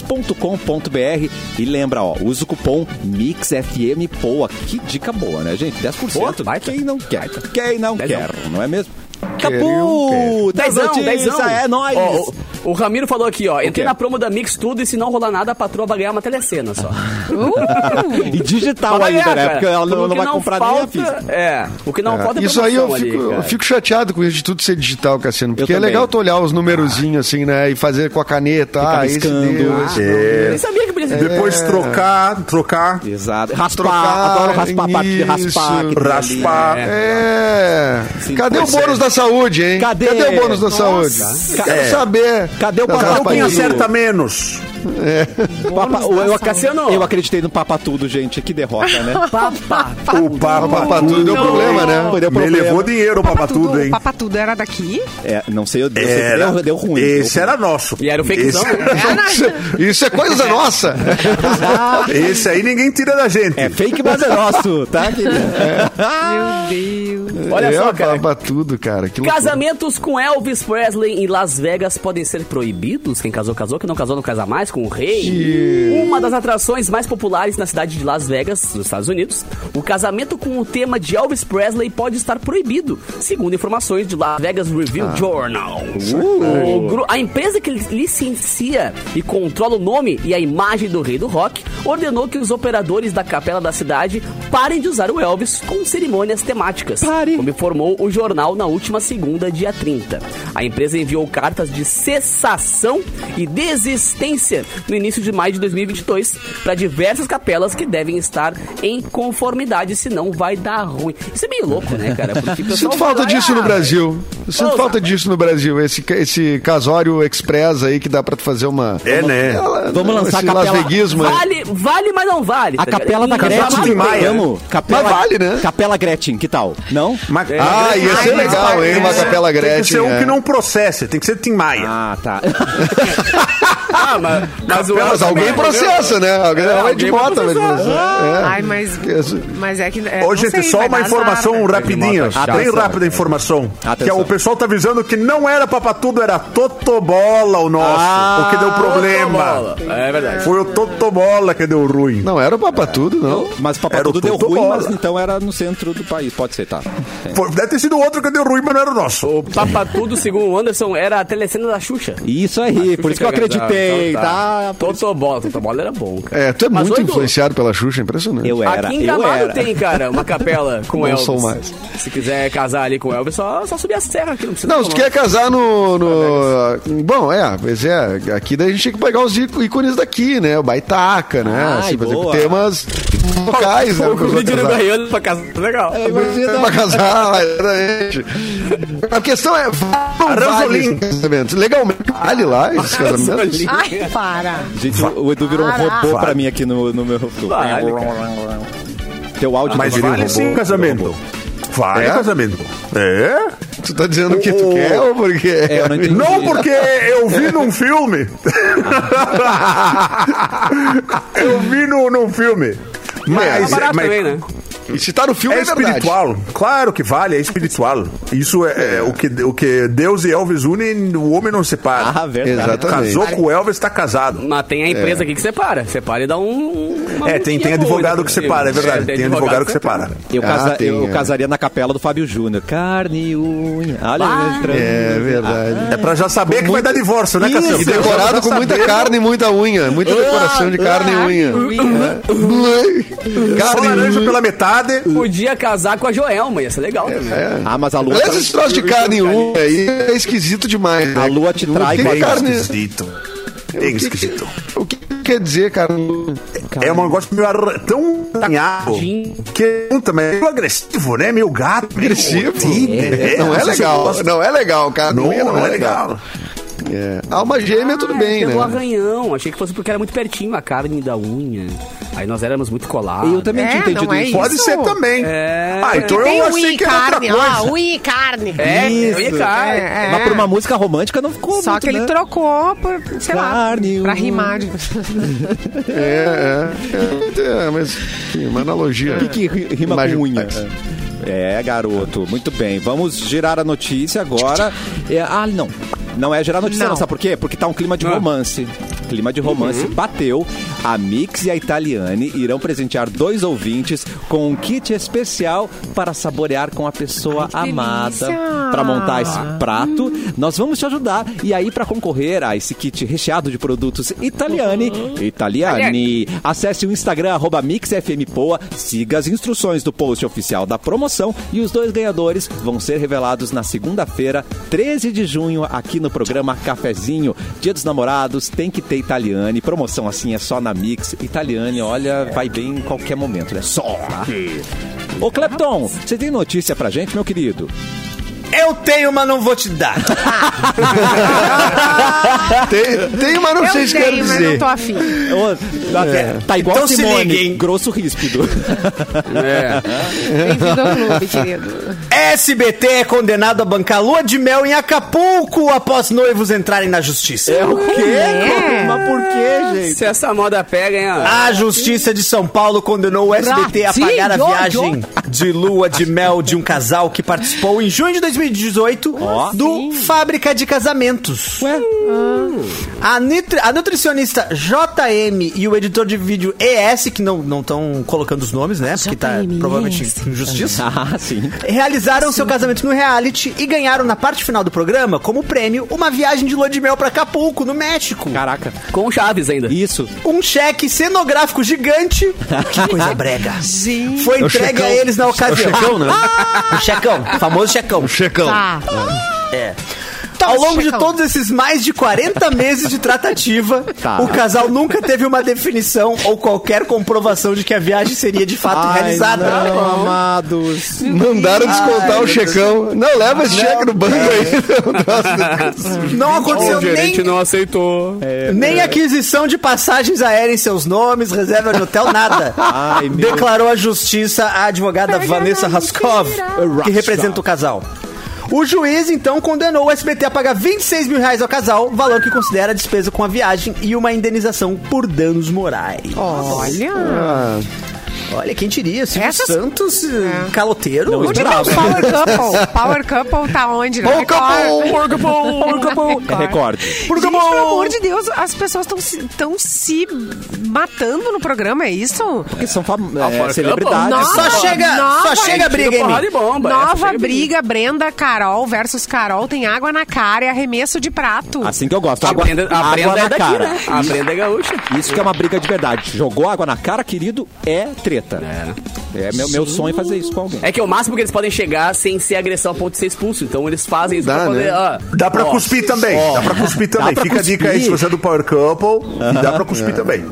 Speaker 1: ledrinkbox.com.br e lembra, ó, usa o cupom MixFMPoa. Que dica boa, né, gente? 10%.
Speaker 6: Pô, baita.
Speaker 1: Quem não quer? Quem não
Speaker 6: Dezão.
Speaker 1: quer, não é mesmo?
Speaker 4: Queriam,
Speaker 1: Capu! das
Speaker 6: Dezão,
Speaker 1: notícias,
Speaker 6: dezão.
Speaker 1: É nóis!
Speaker 6: Ó, o, o Ramiro falou aqui, ó.
Speaker 1: quê?
Speaker 6: Entrei na promo da Mix tudo e se não rolar nada, a patroa vai ganhar uma telecena só.
Speaker 3: [laughs]
Speaker 1: e digital
Speaker 6: Vai
Speaker 1: ainda,
Speaker 6: ganhar,
Speaker 1: né?
Speaker 6: cara.
Speaker 1: Porque ela não,
Speaker 6: O que
Speaker 1: não vai comprar nem a física.
Speaker 6: É, o que não falta é
Speaker 4: Isso aí eu
Speaker 6: promoção
Speaker 4: fico,
Speaker 6: ali,
Speaker 4: eu
Speaker 6: cara.
Speaker 4: fico chateado com isso de tudo ser digital, Cassiano. Porque é
Speaker 1: também.
Speaker 4: legal tu olhar os numerozinhos assim, né? E fazer com a caneta. ah, esse
Speaker 1: riscando.
Speaker 4: deu,
Speaker 7: é.
Speaker 4: esse não
Speaker 6: Eu nem sabia que podia
Speaker 4: é.
Speaker 6: ser.
Speaker 7: Depois trocar, trocar,
Speaker 1: Exato. Raspar,
Speaker 4: Trocar,
Speaker 1: adoro raspar a parte, raspar.
Speaker 4: isso.
Speaker 1: aqui, ali.
Speaker 7: raspar.
Speaker 4: É. Cadê o bônus da saúde, hein?
Speaker 1: Cadê?
Speaker 4: o bônus da saúde? Quero
Speaker 7: É.
Speaker 4: saber.
Speaker 1: Cadê o
Speaker 4: Das
Speaker 1: papel
Speaker 7: Quem
Speaker 1: Aí.
Speaker 4: raparigas.
Speaker 7: acerta menos.
Speaker 1: Papa- eu, eu,
Speaker 6: Cassiano.
Speaker 1: eu acreditei no Papa Tudo, gente. Que derrota,
Speaker 6: [laughs]
Speaker 1: né?
Speaker 6: Papa.
Speaker 7: O
Speaker 4: O
Speaker 7: Papa,
Speaker 4: papatudo deu problema, né?
Speaker 1: Foi, deu
Speaker 7: Me
Speaker 1: problema.
Speaker 7: levou dinheiro o Papa tudo, hein?
Speaker 3: Papatudo era daqui?
Speaker 1: É, não sei, eu, eu sei que
Speaker 7: Era,
Speaker 1: deu, deu ruim.
Speaker 7: esse
Speaker 1: Deu ruim.
Speaker 7: era nosso.
Speaker 6: E era o fakezão,
Speaker 7: Esse-
Speaker 6: né?
Speaker 4: Isso, isso é coisa nossa.
Speaker 7: [laughs]
Speaker 6: [laughs]
Speaker 7: Esse aí ninguém tira da gente.
Speaker 1: É fake, mas é nosso,
Speaker 7: [laughs]
Speaker 1: tá? querida?
Speaker 3: Meu Deus.
Speaker 6: Olha
Speaker 4: é
Speaker 6: só,
Speaker 4: o
Speaker 6: cara.
Speaker 4: papatudo, cara. Que loucura.
Speaker 6: Casamentos com Elvis Presley em Las Vegas podem ser proibidos? Quem casou, casou. Quem não casou, não casa mais com o rei. Uma das atrações mais populares na cidade de Las Vegas, nos Estados Unidos, o casamento com o tema de Elvis Presley pode estar proibido, segundo informações de Las Vegas Review
Speaker 4: Ah.
Speaker 6: Journal. O gru- a empresa que licencia e controla o nome e a imagem do rei do rock ordenou que os operadores da capela da cidade parem de usar o Elvis com cerimônias temáticas.
Speaker 1: Pare.
Speaker 6: O como informou o jornal na última segunda, dia 30. A empresa enviou cartas de cessação e desistência no início de maio de 2022 para diversas capelas que devem estar em conformidade, senão vai dar ruim. Isso é meio louco, né, cara?
Speaker 4: [laughs]
Speaker 6: Porque o pessoal
Speaker 4: Sinto falta
Speaker 6: vai lá,
Speaker 4: disso no
Speaker 6: ah,
Speaker 4: Brasil. Sinto
Speaker 6: Ousa.
Speaker 4: falta disso no Brasil. Esse, ca- esse casório express aí que dá pra tu fazer uma.
Speaker 7: É, né?
Speaker 4: Ela-
Speaker 1: Vamos lançar
Speaker 4: esse
Speaker 1: a capela-
Speaker 4: lasveguismo aí.
Speaker 6: Vale, vale, mas não vale.
Speaker 1: A
Speaker 6: tá ligado?
Speaker 1: capela da
Speaker 6: E-
Speaker 1: Gretchen
Speaker 7: de
Speaker 1: de
Speaker 7: Maia.
Speaker 1: Amo. Capela,
Speaker 4: Mas vale, né?
Speaker 1: Capela Gretchen, que tal? Não?
Speaker 7: Mas- né?
Speaker 4: Ah, ia ser legal, hein? Uma capela
Speaker 7: Tem que
Speaker 4: Gretchen.
Speaker 7: ser um
Speaker 4: é.
Speaker 7: que não processa, tem que ser Tim Maia.
Speaker 1: Ah,
Speaker 7: [laughs]
Speaker 1: tá.
Speaker 6: Ah, mas, mas o
Speaker 4: Mas alguém processa, né? Alguém
Speaker 6: É,
Speaker 4: vai de
Speaker 6: alguém Ah. vai
Speaker 4: moto, vai
Speaker 6: processar.
Speaker 4: processar. É.
Speaker 3: Ai, mas,
Speaker 4: Isso.
Speaker 3: mas é que. É,
Speaker 7: Ô,
Speaker 3: não
Speaker 7: gente,
Speaker 3: sei,
Speaker 7: só
Speaker 3: vai
Speaker 7: uma
Speaker 3: dar
Speaker 7: informação
Speaker 3: azar, né?
Speaker 7: rapidinha,
Speaker 1: Atenção.
Speaker 7: bem rápida a informação. Que é,
Speaker 1: Atenção.
Speaker 7: o pessoal tá avisando que não era Papatudo, era Totobola o nosso, o que deu problema.
Speaker 6: É verdade.
Speaker 7: Foi o Totobola que deu ruim.
Speaker 4: Não era o Papa Tudo, não.
Speaker 1: Mas o Papa
Speaker 7: Era o
Speaker 1: Tudo deu
Speaker 7: Tutu
Speaker 1: ruim, mas
Speaker 7: Bola.
Speaker 1: então era no centro do país. Pode ser, tá?
Speaker 7: Foi- deve ter sido outro que deu ruim, mas não era o nosso.
Speaker 6: O Papatudo, segundo o Anderson, era a telecena da Xuxa.
Speaker 1: Isso aí, por isso que eu acreditei,
Speaker 6: Então
Speaker 1: tá?
Speaker 6: Totobola, Totobola era bom, cara.
Speaker 4: É, tu é
Speaker 6: Mas,
Speaker 4: muito
Speaker 6: ô, Edu,
Speaker 4: influenciado pela Xuxa, é impressionante.
Speaker 1: Eu era,
Speaker 6: Aqui em
Speaker 1: eu
Speaker 6: Gramado
Speaker 1: era.
Speaker 6: tem, cara, uma capela com
Speaker 4: Não
Speaker 6: Elvis.
Speaker 4: sou mais.
Speaker 6: Se quiser casar ali com o Elvis, só, só subir a serra aqui, não precisa.
Speaker 4: Não, se tu quer casar no. no- Bom, é, pois é, aqui daí a gente tem que pegar os íco- ícones daqui, né? O baitaca, né?
Speaker 1: Ai,
Speaker 4: assim, por exemplo,
Speaker 1: boa.
Speaker 4: temas locais, né?
Speaker 6: O
Speaker 4: pra pessoa
Speaker 6: Clídio
Speaker 4: casar.
Speaker 6: ganhando pra casar, legal.
Speaker 4: Tá
Speaker 6: Tá
Speaker 4: pra casar, exatamente. A questão é, vale
Speaker 7: Ranzolim.
Speaker 4: esses casamentos? Legalmente, vale lá esses casamentos?
Speaker 3: Ai, para.
Speaker 1: Gente, o o Edu virou um robô pra mim aqui no, no meu.
Speaker 6: Vale,
Speaker 1: Teu áudio
Speaker 7: Mas
Speaker 1: tá
Speaker 7: vale
Speaker 1: vale
Speaker 7: sim o casamento. Vale
Speaker 4: É?
Speaker 7: casamento. É?
Speaker 4: Tu tá dizendo o que tu
Speaker 7: O-
Speaker 4: quer ou porque...
Speaker 1: É, eu não entendi.
Speaker 7: Não, porque eu vi num filme. eu vi no, num filme.
Speaker 4: É,
Speaker 7: Mas,
Speaker 6: Tá barato
Speaker 7: mas-
Speaker 6: também, né?
Speaker 4: E se tá no filme
Speaker 7: É
Speaker 4: é, verdade.
Speaker 7: espiritual, claro que vale, é espiritual. Isso é, é o, que, o que Deus e Elvis unem, o homem não separa.
Speaker 1: Ah, verdade.
Speaker 4: Exatamente.
Speaker 7: Casou com o Elvis, tá casado.
Speaker 6: Mas tem a empresa aqui que separa. Separa e dá um. uma
Speaker 7: É, tem, tem
Speaker 6: multinha boa
Speaker 7: advogado
Speaker 6: ainda
Speaker 7: que
Speaker 6: por cima.
Speaker 7: separa, é verdade. tem, advogado que separa.
Speaker 1: Eu, casa-
Speaker 4: Ah, tem,
Speaker 1: eu
Speaker 4: é.
Speaker 1: casaria na capela do Fábio Júnior. Carne e unha. Olha,
Speaker 4: É verdade.
Speaker 7: É pra já saber que vai dar divórcio, né, Cassiano?
Speaker 4: E decorado com muita carne e muita unha. Muita decoração de carne e unha. É.
Speaker 7: Só
Speaker 4: Carne e
Speaker 7: laranja
Speaker 4: unha.
Speaker 7: pela metade.
Speaker 6: Podia casar com a Joelma, ia ser legal também.
Speaker 1: Ah, mas a lua.
Speaker 4: Aliás, esse troço de carne e unha aí é esquisito demais. né?
Speaker 1: A lua te
Speaker 4: Por
Speaker 1: trai
Speaker 4: que
Speaker 1: com a
Speaker 7: Bem
Speaker 4: carne.
Speaker 7: esquisito. Bem
Speaker 4: que que-
Speaker 7: esquisito.
Speaker 4: O que que quer dizer carne e unha?
Speaker 7: É um negócio meio ar... tão arranhado que puta, mas é meio agressivo, né? Meio gato. meio
Speaker 4: Agressivo?
Speaker 7: tigre.
Speaker 4: Não é
Speaker 7: você
Speaker 4: legal.
Speaker 7: gosta.
Speaker 4: Não é legal, carne e
Speaker 7: Não,
Speaker 4: unha
Speaker 7: não é legal.
Speaker 4: É. Alma gêmea,
Speaker 3: Ah,
Speaker 4: tudo bem, né?
Speaker 6: Pegou arranhão, achei que fosse porque era muito pertinho a carne da unha. Aí nós éramos muito colados.
Speaker 1: Eu também
Speaker 3: É,
Speaker 1: tinha entendido
Speaker 3: não é
Speaker 1: isso.
Speaker 7: Pode
Speaker 3: Isso.
Speaker 7: ser também.
Speaker 6: É.
Speaker 7: Ah, então
Speaker 3: Tem
Speaker 7: eu
Speaker 3: unha
Speaker 7: achei
Speaker 3: e
Speaker 7: que era outra
Speaker 3: carne,
Speaker 7: coisa.
Speaker 3: ó, unha e carne.
Speaker 6: É,
Speaker 1: Isso.
Speaker 6: eu ia cara.
Speaker 3: É, é.
Speaker 1: Mas pra uma música romântica não ficou
Speaker 3: Só
Speaker 1: muito,
Speaker 3: que ele
Speaker 1: né?
Speaker 3: trocou por, sei
Speaker 1: Carne,
Speaker 3: lá, pra
Speaker 1: um-
Speaker 3: rimar. de-
Speaker 4: É, é. É, é, mas enfim, uma analogia.
Speaker 1: O que, que ri- rima
Speaker 4: Imagem-
Speaker 1: com unha? É, garoto. Muito bem. Vamos girar a notícia agora. É, ah, não. Não é girar a notícia, não.
Speaker 3: Não.
Speaker 1: Sabe por quê? Porque tá um clima de romance. Clima de romance bateu. A Mix e a Italiane irão presentear dois ouvintes com um kit especial para saborear com a pessoa
Speaker 3: Ai, que
Speaker 1: amada.
Speaker 3: delícia.
Speaker 1: Para montar esse prato, nós vamos te ajudar. E aí, para concorrer a esse kit recheado de produtos Italiane,
Speaker 3: Uhum.
Speaker 1: Italiani, acesse o Instagram arroba MixFMPoa, siga as instruções do post oficial da promoção e os dois ganhadores vão ser revelados na segunda-feira, 13 de junho, aqui no programa Cafezinho. Dia dos Namorados, tem que ter Italiane. Promoção assim é só na Mix. Italiane, olha, vai bem em qualquer momento, né? Só, tá? Ô, Clepton, você tem notícia pra gente, meu querido?
Speaker 5: Eu tenho, mas não vou te dar.
Speaker 4: Tem, tem, mas não
Speaker 3: Eu
Speaker 4: sei se quero
Speaker 3: tenho, mas não
Speaker 4: dizer.
Speaker 3: tô afim.
Speaker 1: Ô, tá, tá igual
Speaker 5: Então se
Speaker 1: Simone,
Speaker 5: liga, hein?
Speaker 1: grosso ríspido.
Speaker 3: Bem-vindo ao clube, querido.
Speaker 5: SBT é condenado a bancar lua de mel em Acapulco após noivos entrarem na justiça.
Speaker 1: o quê?
Speaker 3: É.
Speaker 1: Mas por
Speaker 5: Ah,
Speaker 1: quê, gente?
Speaker 6: Se essa moda pega, hein?
Speaker 1: Ah,
Speaker 6: ó.
Speaker 5: A Justiça de São Paulo condenou o SBT a pagar a viagem de lua de mel de um casal que participou em junho de 2018 do Fábrica de Casamentos. Ah.
Speaker 1: Ué?
Speaker 5: A, nitri- a nutricionista JM e o editor de vídeo ES, que não estão colocando os nomes, né? Porque tá
Speaker 3: JM,
Speaker 5: provavelmente
Speaker 3: ES.
Speaker 5: injustiça.
Speaker 1: Ah, sim.
Speaker 5: Realizaram seu casamento no reality e ganharam na parte final do programa, como prêmio, uma viagem de lua de mel pra Acapulco, no México.
Speaker 1: Caraca.
Speaker 6: Com Chaves ainda.
Speaker 1: Isso.
Speaker 5: Um cheque cenográfico gigante. [laughs] Que coisa brega.
Speaker 3: Gente,
Speaker 5: Foi
Speaker 4: É o
Speaker 5: entregue
Speaker 4: checão.
Speaker 5: a eles na ocasião. Ah!
Speaker 4: É o checão, né?
Speaker 5: O checão, o famoso checão.
Speaker 4: Checão.
Speaker 3: Tá.
Speaker 5: É.
Speaker 3: Então,
Speaker 5: Ao longo de
Speaker 3: Checão.
Speaker 5: todos esses mais de 40 meses de tratativa,
Speaker 4: Tá.
Speaker 5: o casal nunca teve uma definição ou qualquer comprovação de que a viagem seria de fato realizada.
Speaker 1: amados.
Speaker 4: Mandaram descontar o checão. Não, leva esse cheque no banco aí.
Speaker 5: Não
Speaker 9: O
Speaker 5: aconteceu nem,
Speaker 9: gerente não aceitou.
Speaker 1: É,
Speaker 5: nem aquisição de passagens aéreas em seus nomes, reserva de hotel, [laughs] nada.
Speaker 1: Ai, meu-
Speaker 5: Declarou à justiça a advogada Vanessa Raskov, que representa o casal. O juiz, então, condenou o SBT a pagar 26 mil reais ao casal, valor que considera despesa com a viagem e uma indenização por danos morais.
Speaker 3: Olha.
Speaker 5: Olha, quem diria? Silvio
Speaker 3: Essas-
Speaker 5: Santos,
Speaker 3: É.
Speaker 5: caloteiro.
Speaker 3: Onde tá o Power Couple? Power Couple tá onde? né?
Speaker 4: Power Couple,
Speaker 3: Record. Power Couple.
Speaker 1: É recorde.
Speaker 3: Gente, pelo amor de Deus, as pessoas estão se, tão se matando no programa, é isso?
Speaker 1: Porque são fam... é, celebridades.
Speaker 3: Nossa,
Speaker 5: Só chega,
Speaker 3: nova-
Speaker 5: só
Speaker 6: É
Speaker 5: chega a briga em mim.
Speaker 6: Porrada e bomba. essa
Speaker 3: Nova
Speaker 1: é
Speaker 6: chega bem.
Speaker 3: briga, Brenda, Carol versus Carol, tem água na cara e arremesso de prato.
Speaker 1: Assim que eu gosto.
Speaker 6: A
Speaker 1: Água,
Speaker 6: Brenda, a
Speaker 1: água
Speaker 6: Brenda
Speaker 1: na
Speaker 6: é daqui,
Speaker 1: cara.
Speaker 6: né? A Brenda é gaúcha.
Speaker 1: Isso que é uma briga de verdade. Jogou água na cara, querido, é treta. É, meu, meu sonho é fazer isso com alguém.
Speaker 6: É que é o máximo que eles podem chegar sem ser agressão a ponto de ser expulso. Então eles fazem isso
Speaker 4: Dá,
Speaker 6: pra poder.
Speaker 4: né?
Speaker 6: ó,
Speaker 7: Dá pra
Speaker 6: ó,
Speaker 7: cuspir também. Dá pra cuspir também.
Speaker 1: é pra
Speaker 7: Fica a dica aí se
Speaker 1: cuspir. É.
Speaker 7: você é do Power Couple. E dá pra cuspir também.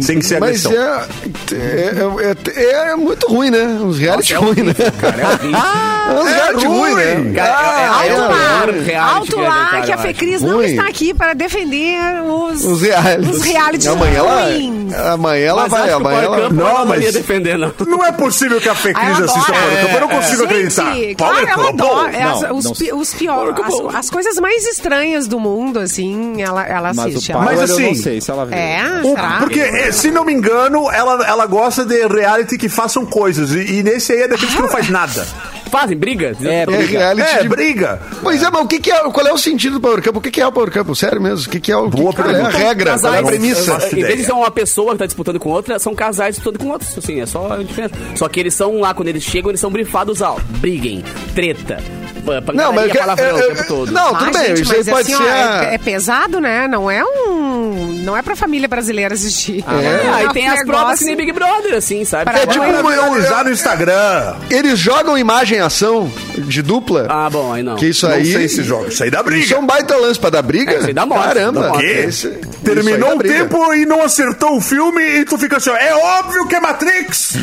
Speaker 7: Sem que ser
Speaker 4: Mas
Speaker 7: agressão.
Speaker 4: é, é, é, é muito ruim, né? Uns reality ruim, né?
Speaker 6: Cara, é horrível.
Speaker 4: É uns reality ruim, né?
Speaker 6: Cara, é- é- é o
Speaker 3: Ah, Alto
Speaker 6: maior
Speaker 3: lá,
Speaker 6: reality
Speaker 3: alto
Speaker 6: que é, né,
Speaker 3: lá,
Speaker 6: cara,
Speaker 3: que a
Speaker 6: eu acho.
Speaker 3: Fecris não
Speaker 4: Ruim.
Speaker 3: está aqui para defender os,
Speaker 4: Os é, reality.
Speaker 3: os realities
Speaker 4: amanhã
Speaker 3: ruins.
Speaker 4: ela, é. amanhã ela
Speaker 6: Mas
Speaker 4: vai,
Speaker 6: acho que o
Speaker 4: amanhã
Speaker 6: Power
Speaker 4: ela...
Speaker 6: Couple
Speaker 7: Não,
Speaker 6: ela não
Speaker 7: mas-
Speaker 6: ia defender, não.
Speaker 7: Não é possível que a
Speaker 3: Ah,
Speaker 7: Fecris
Speaker 3: ela
Speaker 7: assista
Speaker 3: adora.
Speaker 7: Power Couple. assim, Eu não consigo
Speaker 3: Gente,
Speaker 7: acreditar.
Speaker 3: Claro, ela adora. É As-
Speaker 1: Não,
Speaker 3: os,
Speaker 1: não.
Speaker 3: pi- os pior, as, as coisas mais estranhas do mundo, assim, ela, ela
Speaker 1: Mas
Speaker 3: assiste.
Speaker 1: o Power
Speaker 3: ela...
Speaker 7: Mas
Speaker 1: eu não
Speaker 7: assim-
Speaker 1: sei se ela vê.
Speaker 3: É,
Speaker 7: O-
Speaker 3: será?
Speaker 7: porque, eh, se não me engano, ela, ela gosta de reality que façam coisas. E, e nesse aí é daqueles que não faz nada.
Speaker 6: Fazem briga?
Speaker 1: É,
Speaker 4: É reality
Speaker 7: É,
Speaker 4: de...
Speaker 7: briga.
Speaker 4: Pois é, mas o que que é, qual é o sentido do Power Couple? O que que é o Power Couple? Sério mesmo? O que que é, o, que
Speaker 7: Boa
Speaker 4: que- qual é a
Speaker 7: pergunta.
Speaker 4: regra? Qual é a
Speaker 7: Casais.
Speaker 4: premissa?
Speaker 7: Faço
Speaker 6: Em vez de
Speaker 7: ideia.
Speaker 6: ser uma pessoa que tá disputando com outra, são casais disputando com outros. Assim, é só a diferença. Só que eles são lá, quando eles chegam, eles são brifados ao briguem, treta, pa- pancadaria,
Speaker 4: Não, mas... eu que-
Speaker 6: palavrão
Speaker 4: é,
Speaker 6: o
Speaker 4: é,
Speaker 6: tempo todo.
Speaker 4: Não,
Speaker 3: Ah,
Speaker 4: tudo bem,
Speaker 3: gente,
Speaker 4: isso aí
Speaker 3: mas
Speaker 4: pode
Speaker 3: assim, ó,
Speaker 4: ser... a-
Speaker 3: é, é pesado, né? Não é um. Não é pra família brasileira assistir.
Speaker 1: Ah,
Speaker 6: É, aí tem as provas que nem
Speaker 3: Big
Speaker 6: Big Brother, assim, sabe?
Speaker 3: um Pra-
Speaker 7: É tipo
Speaker 4: um-
Speaker 3: Mas-
Speaker 7: analisar no Instagram.
Speaker 4: Eles jogam imagem e ação de dupla?
Speaker 6: Ah, bom, aí não.
Speaker 4: Que isso
Speaker 7: Não
Speaker 4: aí...
Speaker 7: sei se joga. Isso aí dá
Speaker 4: Isso é
Speaker 7: briga.
Speaker 4: um baita lance pra dar briga?
Speaker 6: É, isso aí dá morte,
Speaker 4: Caramba.
Speaker 6: dá morte.
Speaker 7: Que?
Speaker 4: Esse- isso aí dá
Speaker 7: Terminou o
Speaker 4: briga.
Speaker 7: tempo e não acertou o filme e tu fica assim, ó, é óbvio que é Matrix!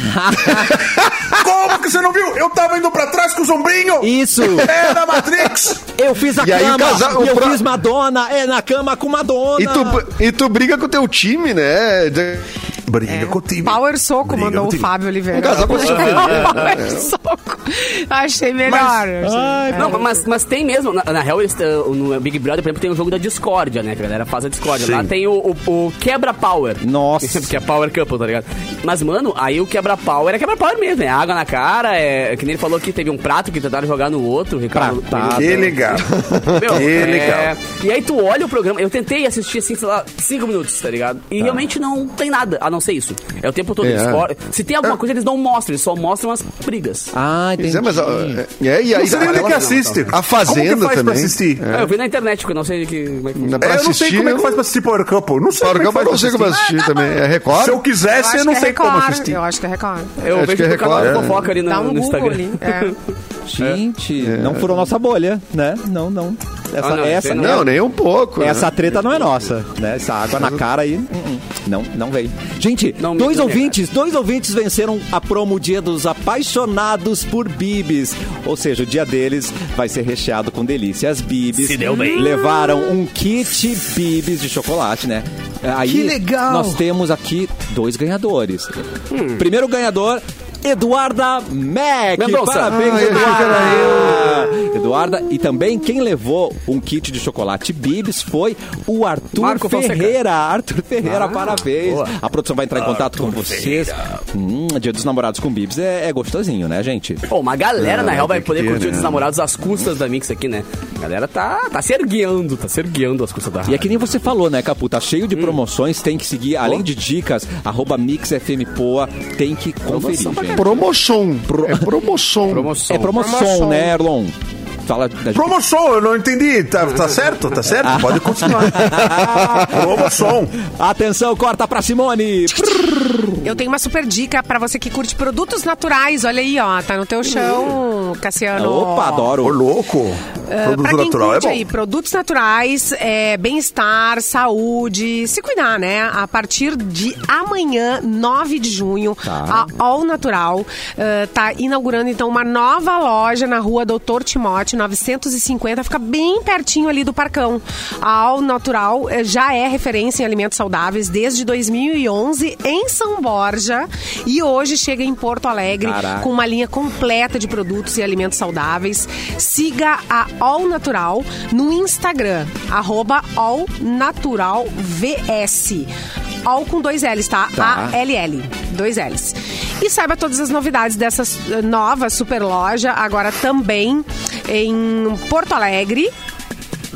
Speaker 7: Como que você não viu? Eu tava indo pra trás com o sombrinho!
Speaker 1: Isso.
Speaker 7: Era Matrix!
Speaker 1: Eu fiz a
Speaker 4: E aí o
Speaker 1: cama
Speaker 4: casal-
Speaker 1: e eu
Speaker 4: o pro-
Speaker 1: fiz Madonna. É, na cama com Madonna.
Speaker 4: E tu, e tu briga com o teu time, né? De-
Speaker 7: Briga com o time.
Speaker 3: É, Power Soco
Speaker 7: né? Briga
Speaker 3: mandou
Speaker 7: com
Speaker 3: o
Speaker 7: time.
Speaker 3: Fábio Oliveira.
Speaker 4: Um casal com
Speaker 3: [laughs] Power Soco. Achei É. melhor.
Speaker 6: Não, mas, mas tem mesmo, na, na real, eles, eh, no Big Brother, por exemplo, tem o jogo da discórdia, né? Que a galera faz a discórdia. Lá tem o, o- o quebra-power.
Speaker 1: Nossa.
Speaker 6: [laughs] Que é power couple, tá ligado? Mas, mano, aí o quebra-power é quebra-power mesmo. É água na cara, é... Que nem ele falou que teve um prato que tentaram jogar no outro, Ricardo.
Speaker 1: Pratada.
Speaker 7: Que legal.
Speaker 6: Ah, Meu,
Speaker 7: que
Speaker 6: é-
Speaker 7: legal.
Speaker 6: E aí tu olha o programa, eu tentei assistir assim, sei lá, cinco minutos, tá ligado? E realmente não tem nada, a não ser isso. É o tempo todo. eles cor- Se tem alguma coisa, eles não mostram, eles só mostram as brigas.
Speaker 1: Ah, entendi.
Speaker 4: Pois é, mas, ó, é, e aí,
Speaker 7: Não sei nem onde é que assiste.
Speaker 4: A Fazenda
Speaker 7: Como que faz pra
Speaker 4: também.
Speaker 7: assistir?
Speaker 6: Ah, Eu vi na internet, porque eu não sei que, como é que funciona.
Speaker 4: pra
Speaker 7: É, eu não sei
Speaker 4: assistir,
Speaker 7: como é que
Speaker 4: eu-
Speaker 7: faz pra assistir Power Couple. Não sei
Speaker 4: Power
Speaker 7: como
Speaker 4: Couple
Speaker 7: é
Speaker 4: eu
Speaker 7: que
Speaker 4: não sei
Speaker 7: faz
Speaker 4: como
Speaker 7: pra assistir.
Speaker 4: assistir também. É Record?
Speaker 7: Se eu
Speaker 3: Eu acho
Speaker 7: quisesse, eu
Speaker 3: que
Speaker 7: não
Speaker 3: é
Speaker 7: sei como
Speaker 3: Record,
Speaker 7: assistir.
Speaker 3: Eu acho que é Record.
Speaker 6: Eu
Speaker 4: Acho que
Speaker 6: vejo
Speaker 4: é
Speaker 6: no canal de
Speaker 4: Record.
Speaker 6: fofoca ali no,
Speaker 3: Dá um
Speaker 6: no
Speaker 3: Google
Speaker 6: Instagram.
Speaker 3: ali. É.
Speaker 1: Gente, não furou nossa bolha, né? Não, não. Essa,
Speaker 6: Ah, não,
Speaker 1: essa,
Speaker 6: isso aí não.
Speaker 4: Não, nem um pouco.
Speaker 1: Essa treta não é nossa, né? Essa água na cara aí, hum, hum, não, não vem. Gente,
Speaker 6: Não me
Speaker 1: dois
Speaker 6: deu
Speaker 1: ouvintes, dois ouvintes venceram a promo Dia dos Apaixonados por Bibis. Ou seja, o dia deles vai ser recheado com delícias Bibis. Se deu bem. Levaram um kit Bibis de chocolate, né? Aí
Speaker 5: Que legal!
Speaker 1: nós temos aqui dois ganhadores. Primeiro ganhador, Eduarda Mac.
Speaker 6: Mendonça.
Speaker 1: Parabéns,
Speaker 4: Ah, eu achei que
Speaker 1: Eduarda.
Speaker 4: era eu.
Speaker 1: Eduarda, e também quem levou um kit de chocolate Bibis foi o Arthur
Speaker 6: Marco Fonseca. Ah,
Speaker 1: Ferreira. Arthur Ferreira, parabéns. A produção vai entrar em contato com vocês. Hum, dia dos namorados com Bibis é, é gostosinho, né, gente?
Speaker 6: Pô, uma
Speaker 4: É,
Speaker 6: galera,
Speaker 4: né,
Speaker 6: na real, vai poder curtir os namorados às custas da Mix aqui, né? A galera tá, tá se erguendo, tá se erguendo às custas da
Speaker 1: E
Speaker 6: rádio.
Speaker 1: é que nem você falou, né, Capu? Tá cheio de promoções, tem que seguir, além de dicas, arroba MixFMPoa, tem que conferir, gente.
Speaker 4: Promoção. É promoção.
Speaker 1: É promoção, né, Erlon? Fala da
Speaker 7: Promoção, eu não entendi. Tá, tá certo? Tá
Speaker 3: [laughs]
Speaker 7: certo? Pode continuar. Promoção.
Speaker 1: Atenção, corta pra Simone.
Speaker 3: Eu tenho uma super dica pra você que curte produtos naturais. Olha aí, ó, tá no teu chão, Cassiano.
Speaker 1: Opa,
Speaker 7: Ô,
Speaker 1: adoro.
Speaker 7: louco.
Speaker 3: Ah, pra
Speaker 7: Produto
Speaker 3: quem
Speaker 7: natural é
Speaker 3: curte
Speaker 7: bom.
Speaker 3: aí, produtos naturais, é, bem-estar, saúde, se cuidar, né? A partir de amanhã, 9 de junho,
Speaker 7: Tá.
Speaker 3: a All Natural ah, tá inaugurando, então, uma nova loja na rua Doutor Timote, 950, fica bem pertinho ali do Parcão. A All Natural eh, já é referência em alimentos saudáveis desde 2011 em São Borja e hoje chega em Porto Alegre
Speaker 1: Caraca.
Speaker 3: com uma linha completa de produtos e alimentos saudáveis. Siga a All Natural no Instagram, arroba All Natural VS. All com dois L's, tá?
Speaker 1: Tá.
Speaker 3: A-L-L. Dois L's. E saiba todas as novidades dessa eh, nova super loja, agora também em Porto Alegre.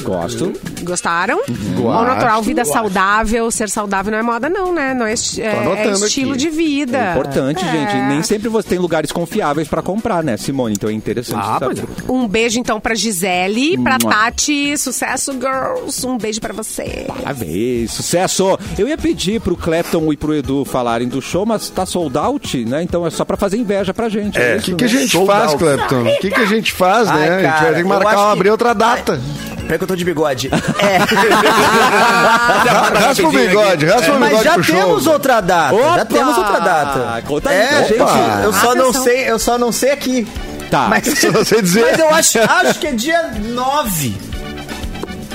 Speaker 1: Gosto.
Speaker 3: Gostaram?
Speaker 4: Uhum. Gosto,
Speaker 3: Ao natural, vida saudável. Ser saudável não é moda, não, né? Não é, esti- é- é
Speaker 4: anotando
Speaker 3: estilo
Speaker 4: aqui.
Speaker 3: de vida.
Speaker 1: É importante,
Speaker 3: É.
Speaker 1: gente. Nem sempre você tem lugares confiáveis pra comprar, né, Simone? Então é interessante.
Speaker 6: Ah,
Speaker 1: saber.
Speaker 6: pois é.
Speaker 3: Um beijo, então, pra Gisele, pra
Speaker 1: Mua.
Speaker 3: Tati. Sucesso, girls. Um beijo pra você.
Speaker 1: Parabéns, Ah, sucesso! Eu ia pedir pro Clapton e pro Edu falarem do show, mas tá sold out, né? Então é só pra fazer inveja pra gente. É,
Speaker 4: O
Speaker 1: isso,
Speaker 4: que, que a
Speaker 1: né?
Speaker 4: gente
Speaker 7: Sold
Speaker 4: faz,
Speaker 7: out.
Speaker 4: Clepton? O que, que a gente faz,
Speaker 5: Ai,
Speaker 4: né? a gente
Speaker 5: cara,
Speaker 4: vai ter que
Speaker 5: eu
Speaker 4: marcar,
Speaker 5: acho
Speaker 4: abrir
Speaker 5: que-
Speaker 4: outra data.
Speaker 5: Peraí que eu tô de bigode. [laughs] É.
Speaker 4: raspa o bigode, raspa o
Speaker 5: Mas
Speaker 4: bigode
Speaker 5: já
Speaker 4: pro show.
Speaker 5: temos outra data.
Speaker 1: Opa!
Speaker 5: Já temos outra data.
Speaker 1: Conta aí pra
Speaker 5: é, Ah.
Speaker 1: gente.
Speaker 5: opa. Eu só não
Speaker 3: Atenção.
Speaker 5: sei, eu só não sei aqui.
Speaker 1: Tá.
Speaker 5: [laughs] Mas,
Speaker 4: Só não sei dizer.
Speaker 5: mas eu acho, acho que é dia 9.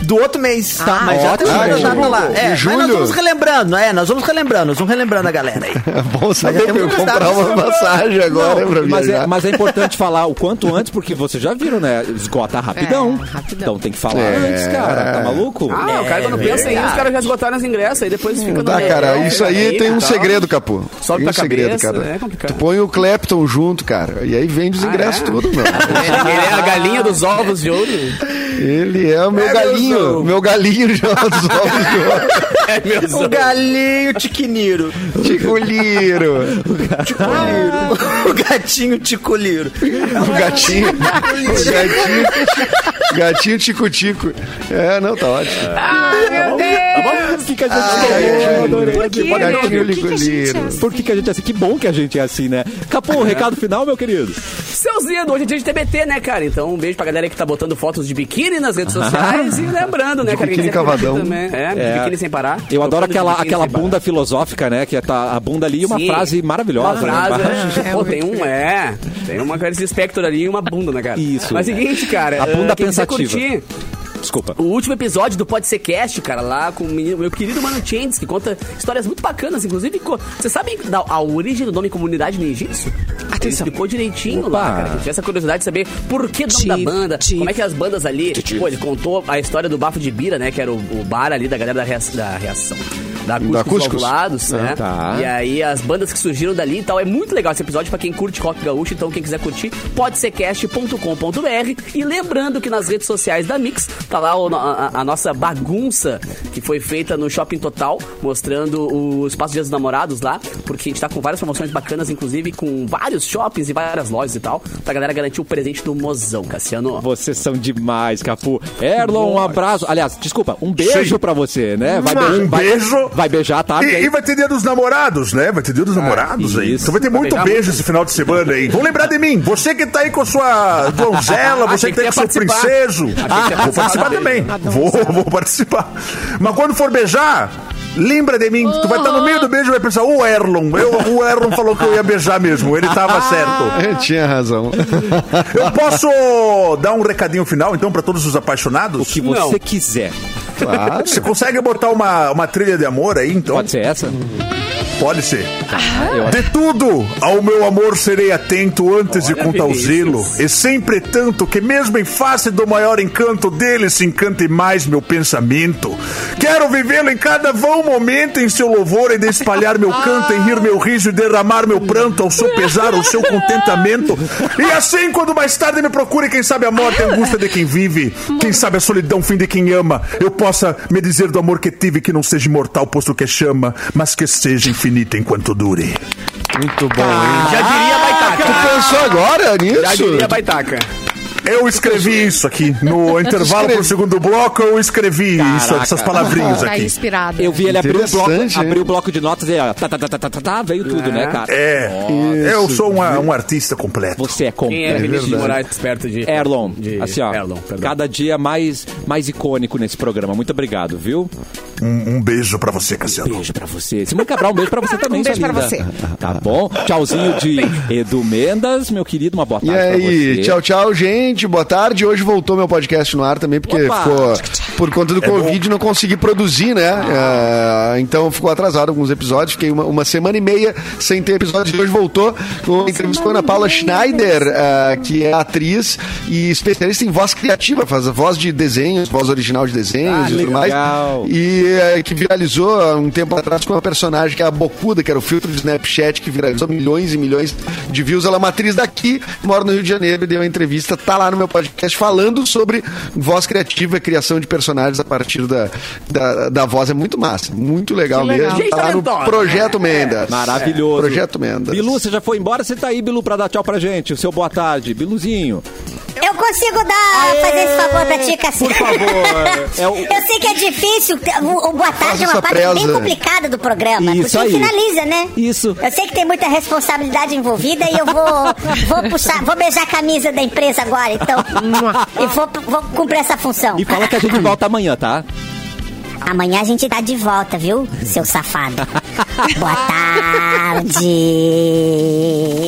Speaker 5: Do outro mês, tá?
Speaker 3: Ah,
Speaker 5: mas já tem
Speaker 4: ótimo.
Speaker 5: outra
Speaker 4: Em
Speaker 5: data
Speaker 4: julho.
Speaker 5: lá.
Speaker 4: Em
Speaker 5: É, mas nós
Speaker 4: julho.
Speaker 5: vamos relembrando, é, nós vamos relembrando, nós vamos relembrando a galera aí. [laughs]
Speaker 4: É bom saber pra
Speaker 5: temos
Speaker 4: eu
Speaker 5: que
Speaker 4: comprar
Speaker 5: gastar
Speaker 4: uma
Speaker 5: nessa-
Speaker 4: passagem agora pra
Speaker 1: mas,
Speaker 4: viajar.
Speaker 1: é, mas é importante falar o quanto antes, porque vocês já viram, né? Esgota rapidão.
Speaker 3: É, rapidão.
Speaker 1: Então tem que falar
Speaker 4: É.
Speaker 1: antes, cara. Tá maluco?
Speaker 6: Ah, o cara quando
Speaker 1: é,
Speaker 6: pensa isso, os caras já esgotaram os ingressos, aí depois fica no
Speaker 4: Tá,
Speaker 6: meio,
Speaker 4: cara,
Speaker 6: né?
Speaker 4: isso aí
Speaker 6: Fica
Speaker 4: tem
Speaker 6: e
Speaker 4: um
Speaker 6: tal.
Speaker 4: segredo, Capu.
Speaker 6: Sobe
Speaker 4: tem um
Speaker 6: pra
Speaker 4: segredo,
Speaker 6: cabeça,
Speaker 4: cara.
Speaker 6: né? É complicado.
Speaker 4: tu põe o Clapton junto, cara, e aí vende os ingressos
Speaker 6: é?
Speaker 4: tudo, mano.
Speaker 6: Ele [laughs] é a galinha dos ovos de ouro.
Speaker 4: Ele é o meu
Speaker 5: É, meu
Speaker 4: galinho,
Speaker 5: Deus.
Speaker 4: meu galinho já dos ovos
Speaker 6: É, meu
Speaker 5: O galinho tiquiniro.
Speaker 4: do Ticuliro,
Speaker 5: O gatinho ticoliro.
Speaker 4: o
Speaker 3: [laughs]
Speaker 4: gatinho, o gatinho, gatinho tico-tico. É, não, tá ótimo.
Speaker 3: Meu Deus!
Speaker 1: Por que, que a gente é, adorei.
Speaker 3: Por que, né? Por que
Speaker 4: Gatinho
Speaker 3: que a gente é
Speaker 4: ligolino.
Speaker 3: assim?
Speaker 1: Por que, que a gente é assim? Que bom que a gente é assim, né? Capô, recado final, meu querido.
Speaker 6: Seus lindos, hoje é dia de TBT, né, cara? Então um beijo pra galera que tá botando fotos de biquíni
Speaker 1: [laughs]
Speaker 6: nas redes sociais e lembrando, né, cara? quem
Speaker 4: biquíni
Speaker 6: quiser curtir
Speaker 4: cavadão.
Speaker 6: Também. É, de
Speaker 1: É.
Speaker 6: biquíni sem parar.
Speaker 1: Eu adoro
Speaker 6: Tocando de
Speaker 1: aquela,
Speaker 6: biquíni
Speaker 1: aquela
Speaker 6: sem parar.
Speaker 1: bunda filosófica, né? Que é tá, a bunda ali e uma
Speaker 6: Sim.
Speaker 1: frase maravilhosa.
Speaker 6: Uma frase,
Speaker 1: né? embaixo.
Speaker 6: é. Pô, tem um, é. Tem uma cara de espectro ali e uma bunda, né, cara?
Speaker 1: Isso.
Speaker 6: Mas seguinte, cara.
Speaker 1: A bunda
Speaker 6: eh, quem quiser
Speaker 1: pensativa.
Speaker 6: curtir,
Speaker 1: [laughs] Desculpa.
Speaker 6: o último episódio do Pode Ser Cast, cara, lá com o menino- meu querido Mano Chendes, que conta histórias muito bacanas, inclusive. co- Você sabe da, a origem do nome comunidade ninjitsu? Ele explicou direitinho lá, cara. que eu Tinha essa curiosidade de saber por que do nome
Speaker 3: Ti-
Speaker 6: da banda,
Speaker 3: ti-
Speaker 6: como é que as bandas ali. Pô, ele contou a história do bafo de Bira, né? Que era o, o bar ali da galera da, reação- da reação. Da Acústicos
Speaker 4: Acústicos.
Speaker 6: Valvulados, né?
Speaker 1: tá.
Speaker 6: E aí as bandas que surgiram dali e tal. É muito legal esse episódio pra quem curte rock gaúcho. Então quem quiser curtir, pode ser cast.com.br. E lembrando que nas redes sociais da Mix tá lá o- a, a nossa bagunça que foi feita no Shopping Total, mostrando o espaço Dias dos Namorados lá, porque a gente tá com várias promoções bacanas, inclusive com vários shoppings e várias lojas e tal, pra galera garantir o presente do mozão, Cassiano.
Speaker 1: Vocês são demais, Capu. Erlon, um abraço. Aliás, desculpa, um beijo
Speaker 7: Sim.
Speaker 1: pra você, né? Vai
Speaker 7: Um
Speaker 1: vai-
Speaker 7: beijo.
Speaker 1: Vai beijar, tá?
Speaker 7: E,
Speaker 1: Bem-
Speaker 7: e vai ter dia dos namorados, né? Vai ter dia dos
Speaker 6: Ah,
Speaker 7: namorados aí.
Speaker 1: isso.
Speaker 7: Então vai ter muito
Speaker 6: beijar
Speaker 7: beijo esse final de semana aí. Vão lembrar de mim. Você que tá aí com
Speaker 6: [laughs]
Speaker 7: sua donzela, você
Speaker 6: Achei
Speaker 7: que tá aí com
Speaker 6: que
Speaker 7: seu
Speaker 6: tu ia participar.
Speaker 7: princeso. Ah,
Speaker 6: Achei que tu ia participar Ah, tá.
Speaker 7: vou participar também. Vou, vou participar. Mas quando for beijar, lembra de mim. Tu vai estar
Speaker 3: Oh.
Speaker 7: no meio do beijo e vai pensar, o Erlon. Eu, o Erlon falou que eu ia beijar mesmo. Ele
Speaker 3: Ah.
Speaker 7: tava certo.
Speaker 4: Eu [laughs] tinha razão.
Speaker 7: Eu posso dar um recadinho final, então, pra todos os apaixonados?
Speaker 1: que você quiser.
Speaker 7: Você consegue botar uma, uma trilha de amor aí, então?
Speaker 1: Pode ser essa?
Speaker 7: Pode ser. De tudo ao meu amor serei atento antes de contar o zelo, e sempre tanto que, mesmo em face do maior encanto dele, se encante mais meu pensamento. Quero vivê-lo em cada vão momento em seu louvor e de espalhar meu canto, em rir meu riso e derramar meu pranto ao seu pesar, ao seu contentamento. E assim, quando mais tarde me procure, quem sabe a morte, a angústia de quem vive, quem sabe a solidão, fim de quem ama, eu possa me dizer do amor que tive que não seja imortal, posto que é chama, mas que seja infinito enquanto dure.
Speaker 4: Muito bom, hein?
Speaker 6: Já diria
Speaker 4: Ah, Tu
Speaker 6: baitaca.
Speaker 4: pensou agora
Speaker 6: Já diria
Speaker 4: nisso?
Speaker 6: baitaca.
Speaker 7: Eu escrevi isso aqui. No intervalo pro segundo bloco, eu escrevi isso, essas palavrinhas
Speaker 3: Tá
Speaker 7: aqui.
Speaker 3: inspirada.
Speaker 1: Eu vi ele abrir o bloco,
Speaker 4: Interessante, hein?
Speaker 1: abrir o bloco de notas e ó, tá, tá, tá, tá, tá, tá, tá, veio tudo, né, cara?
Speaker 7: É, eu sou um, um artista completo.
Speaker 1: Você é
Speaker 6: Quem era
Speaker 1: completo.
Speaker 6: Vinícius de Moraes perto de...
Speaker 1: Erlon,
Speaker 6: de
Speaker 1: assim ó,
Speaker 6: Erlon, perdão.
Speaker 1: cada dia mais, mais icônico nesse programa. Muito obrigado, viu?
Speaker 7: Um, um beijo pra você, Cassiano.
Speaker 1: Beijo pra você. Simone Cabral, um beijo pra você também,
Speaker 3: Um beijo
Speaker 1: sua
Speaker 3: pra
Speaker 1: linda. Tá bom? Tchauzinho de Edu Mendas, meu querido, uma boa
Speaker 4: E
Speaker 1: tarde pra
Speaker 4: aí,
Speaker 1: você.
Speaker 4: tchau, tchau, gente. Boa tarde. Hoje voltou meu podcast no ar também, porque
Speaker 1: Opa!
Speaker 4: ficou. Por conta do Covid, não consegui produzir, né?
Speaker 1: Ah.
Speaker 4: É, então ficou atrasado alguns episódios. Fiquei uma, uma semana e meia sem ter episódio. E Hoje voltou com a entrevista com a Ana Paula Schneider, é, que é atriz e especialista em voz criativa, faz a voz de desenhos, voz original de desenhos
Speaker 1: Ah,
Speaker 4: e tudo mais.
Speaker 1: legal.
Speaker 4: E é, que viralizou há um tempo atrás com uma personagem que é a Bocuda, que era o filtro de Snapchat, que viralizou milhões e milhões de views. Ela é uma atriz daqui, mora no Rio de Janeiro, e deu uma entrevista, tá lá no meu podcast falando sobre voz criativa, criação de personagens a partir da, da, da voz. É muito massa, muito legal,
Speaker 3: Que legal.
Speaker 4: mesmo. Tá lá no
Speaker 6: Gente
Speaker 4: Projeto Mendas.
Speaker 1: Maravilhoso.
Speaker 4: É, Projeto Mendas.
Speaker 1: Bilu, você já foi embora? Você tá aí, Bilu, pra dar tchau pra gente. O seu boa tarde. Biluzinho,
Speaker 8: Eu consigo dar, fazer esse favor pra ti,
Speaker 1: por
Speaker 8: Cassiano.
Speaker 1: favor. É o-
Speaker 8: Eu sei que é difícil, o, o Boa Tarde é uma
Speaker 4: essa
Speaker 8: parte bem
Speaker 4: presa.
Speaker 8: complicada do programa,
Speaker 1: Isso
Speaker 8: porque
Speaker 1: aí.
Speaker 8: finaliza, né?
Speaker 1: Isso.
Speaker 8: Eu sei que tem muita responsabilidade envolvida e
Speaker 1: [laughs]
Speaker 8: eu vou, vou puxar, vou beijar a camisa da empresa agora, então. e vou, vou cumprir essa função.
Speaker 1: E fala que a gente volta amanhã, tá?
Speaker 8: Amanhã a gente tá
Speaker 1: [laughs]
Speaker 8: de volta, viu, seu safado? Boa tarde.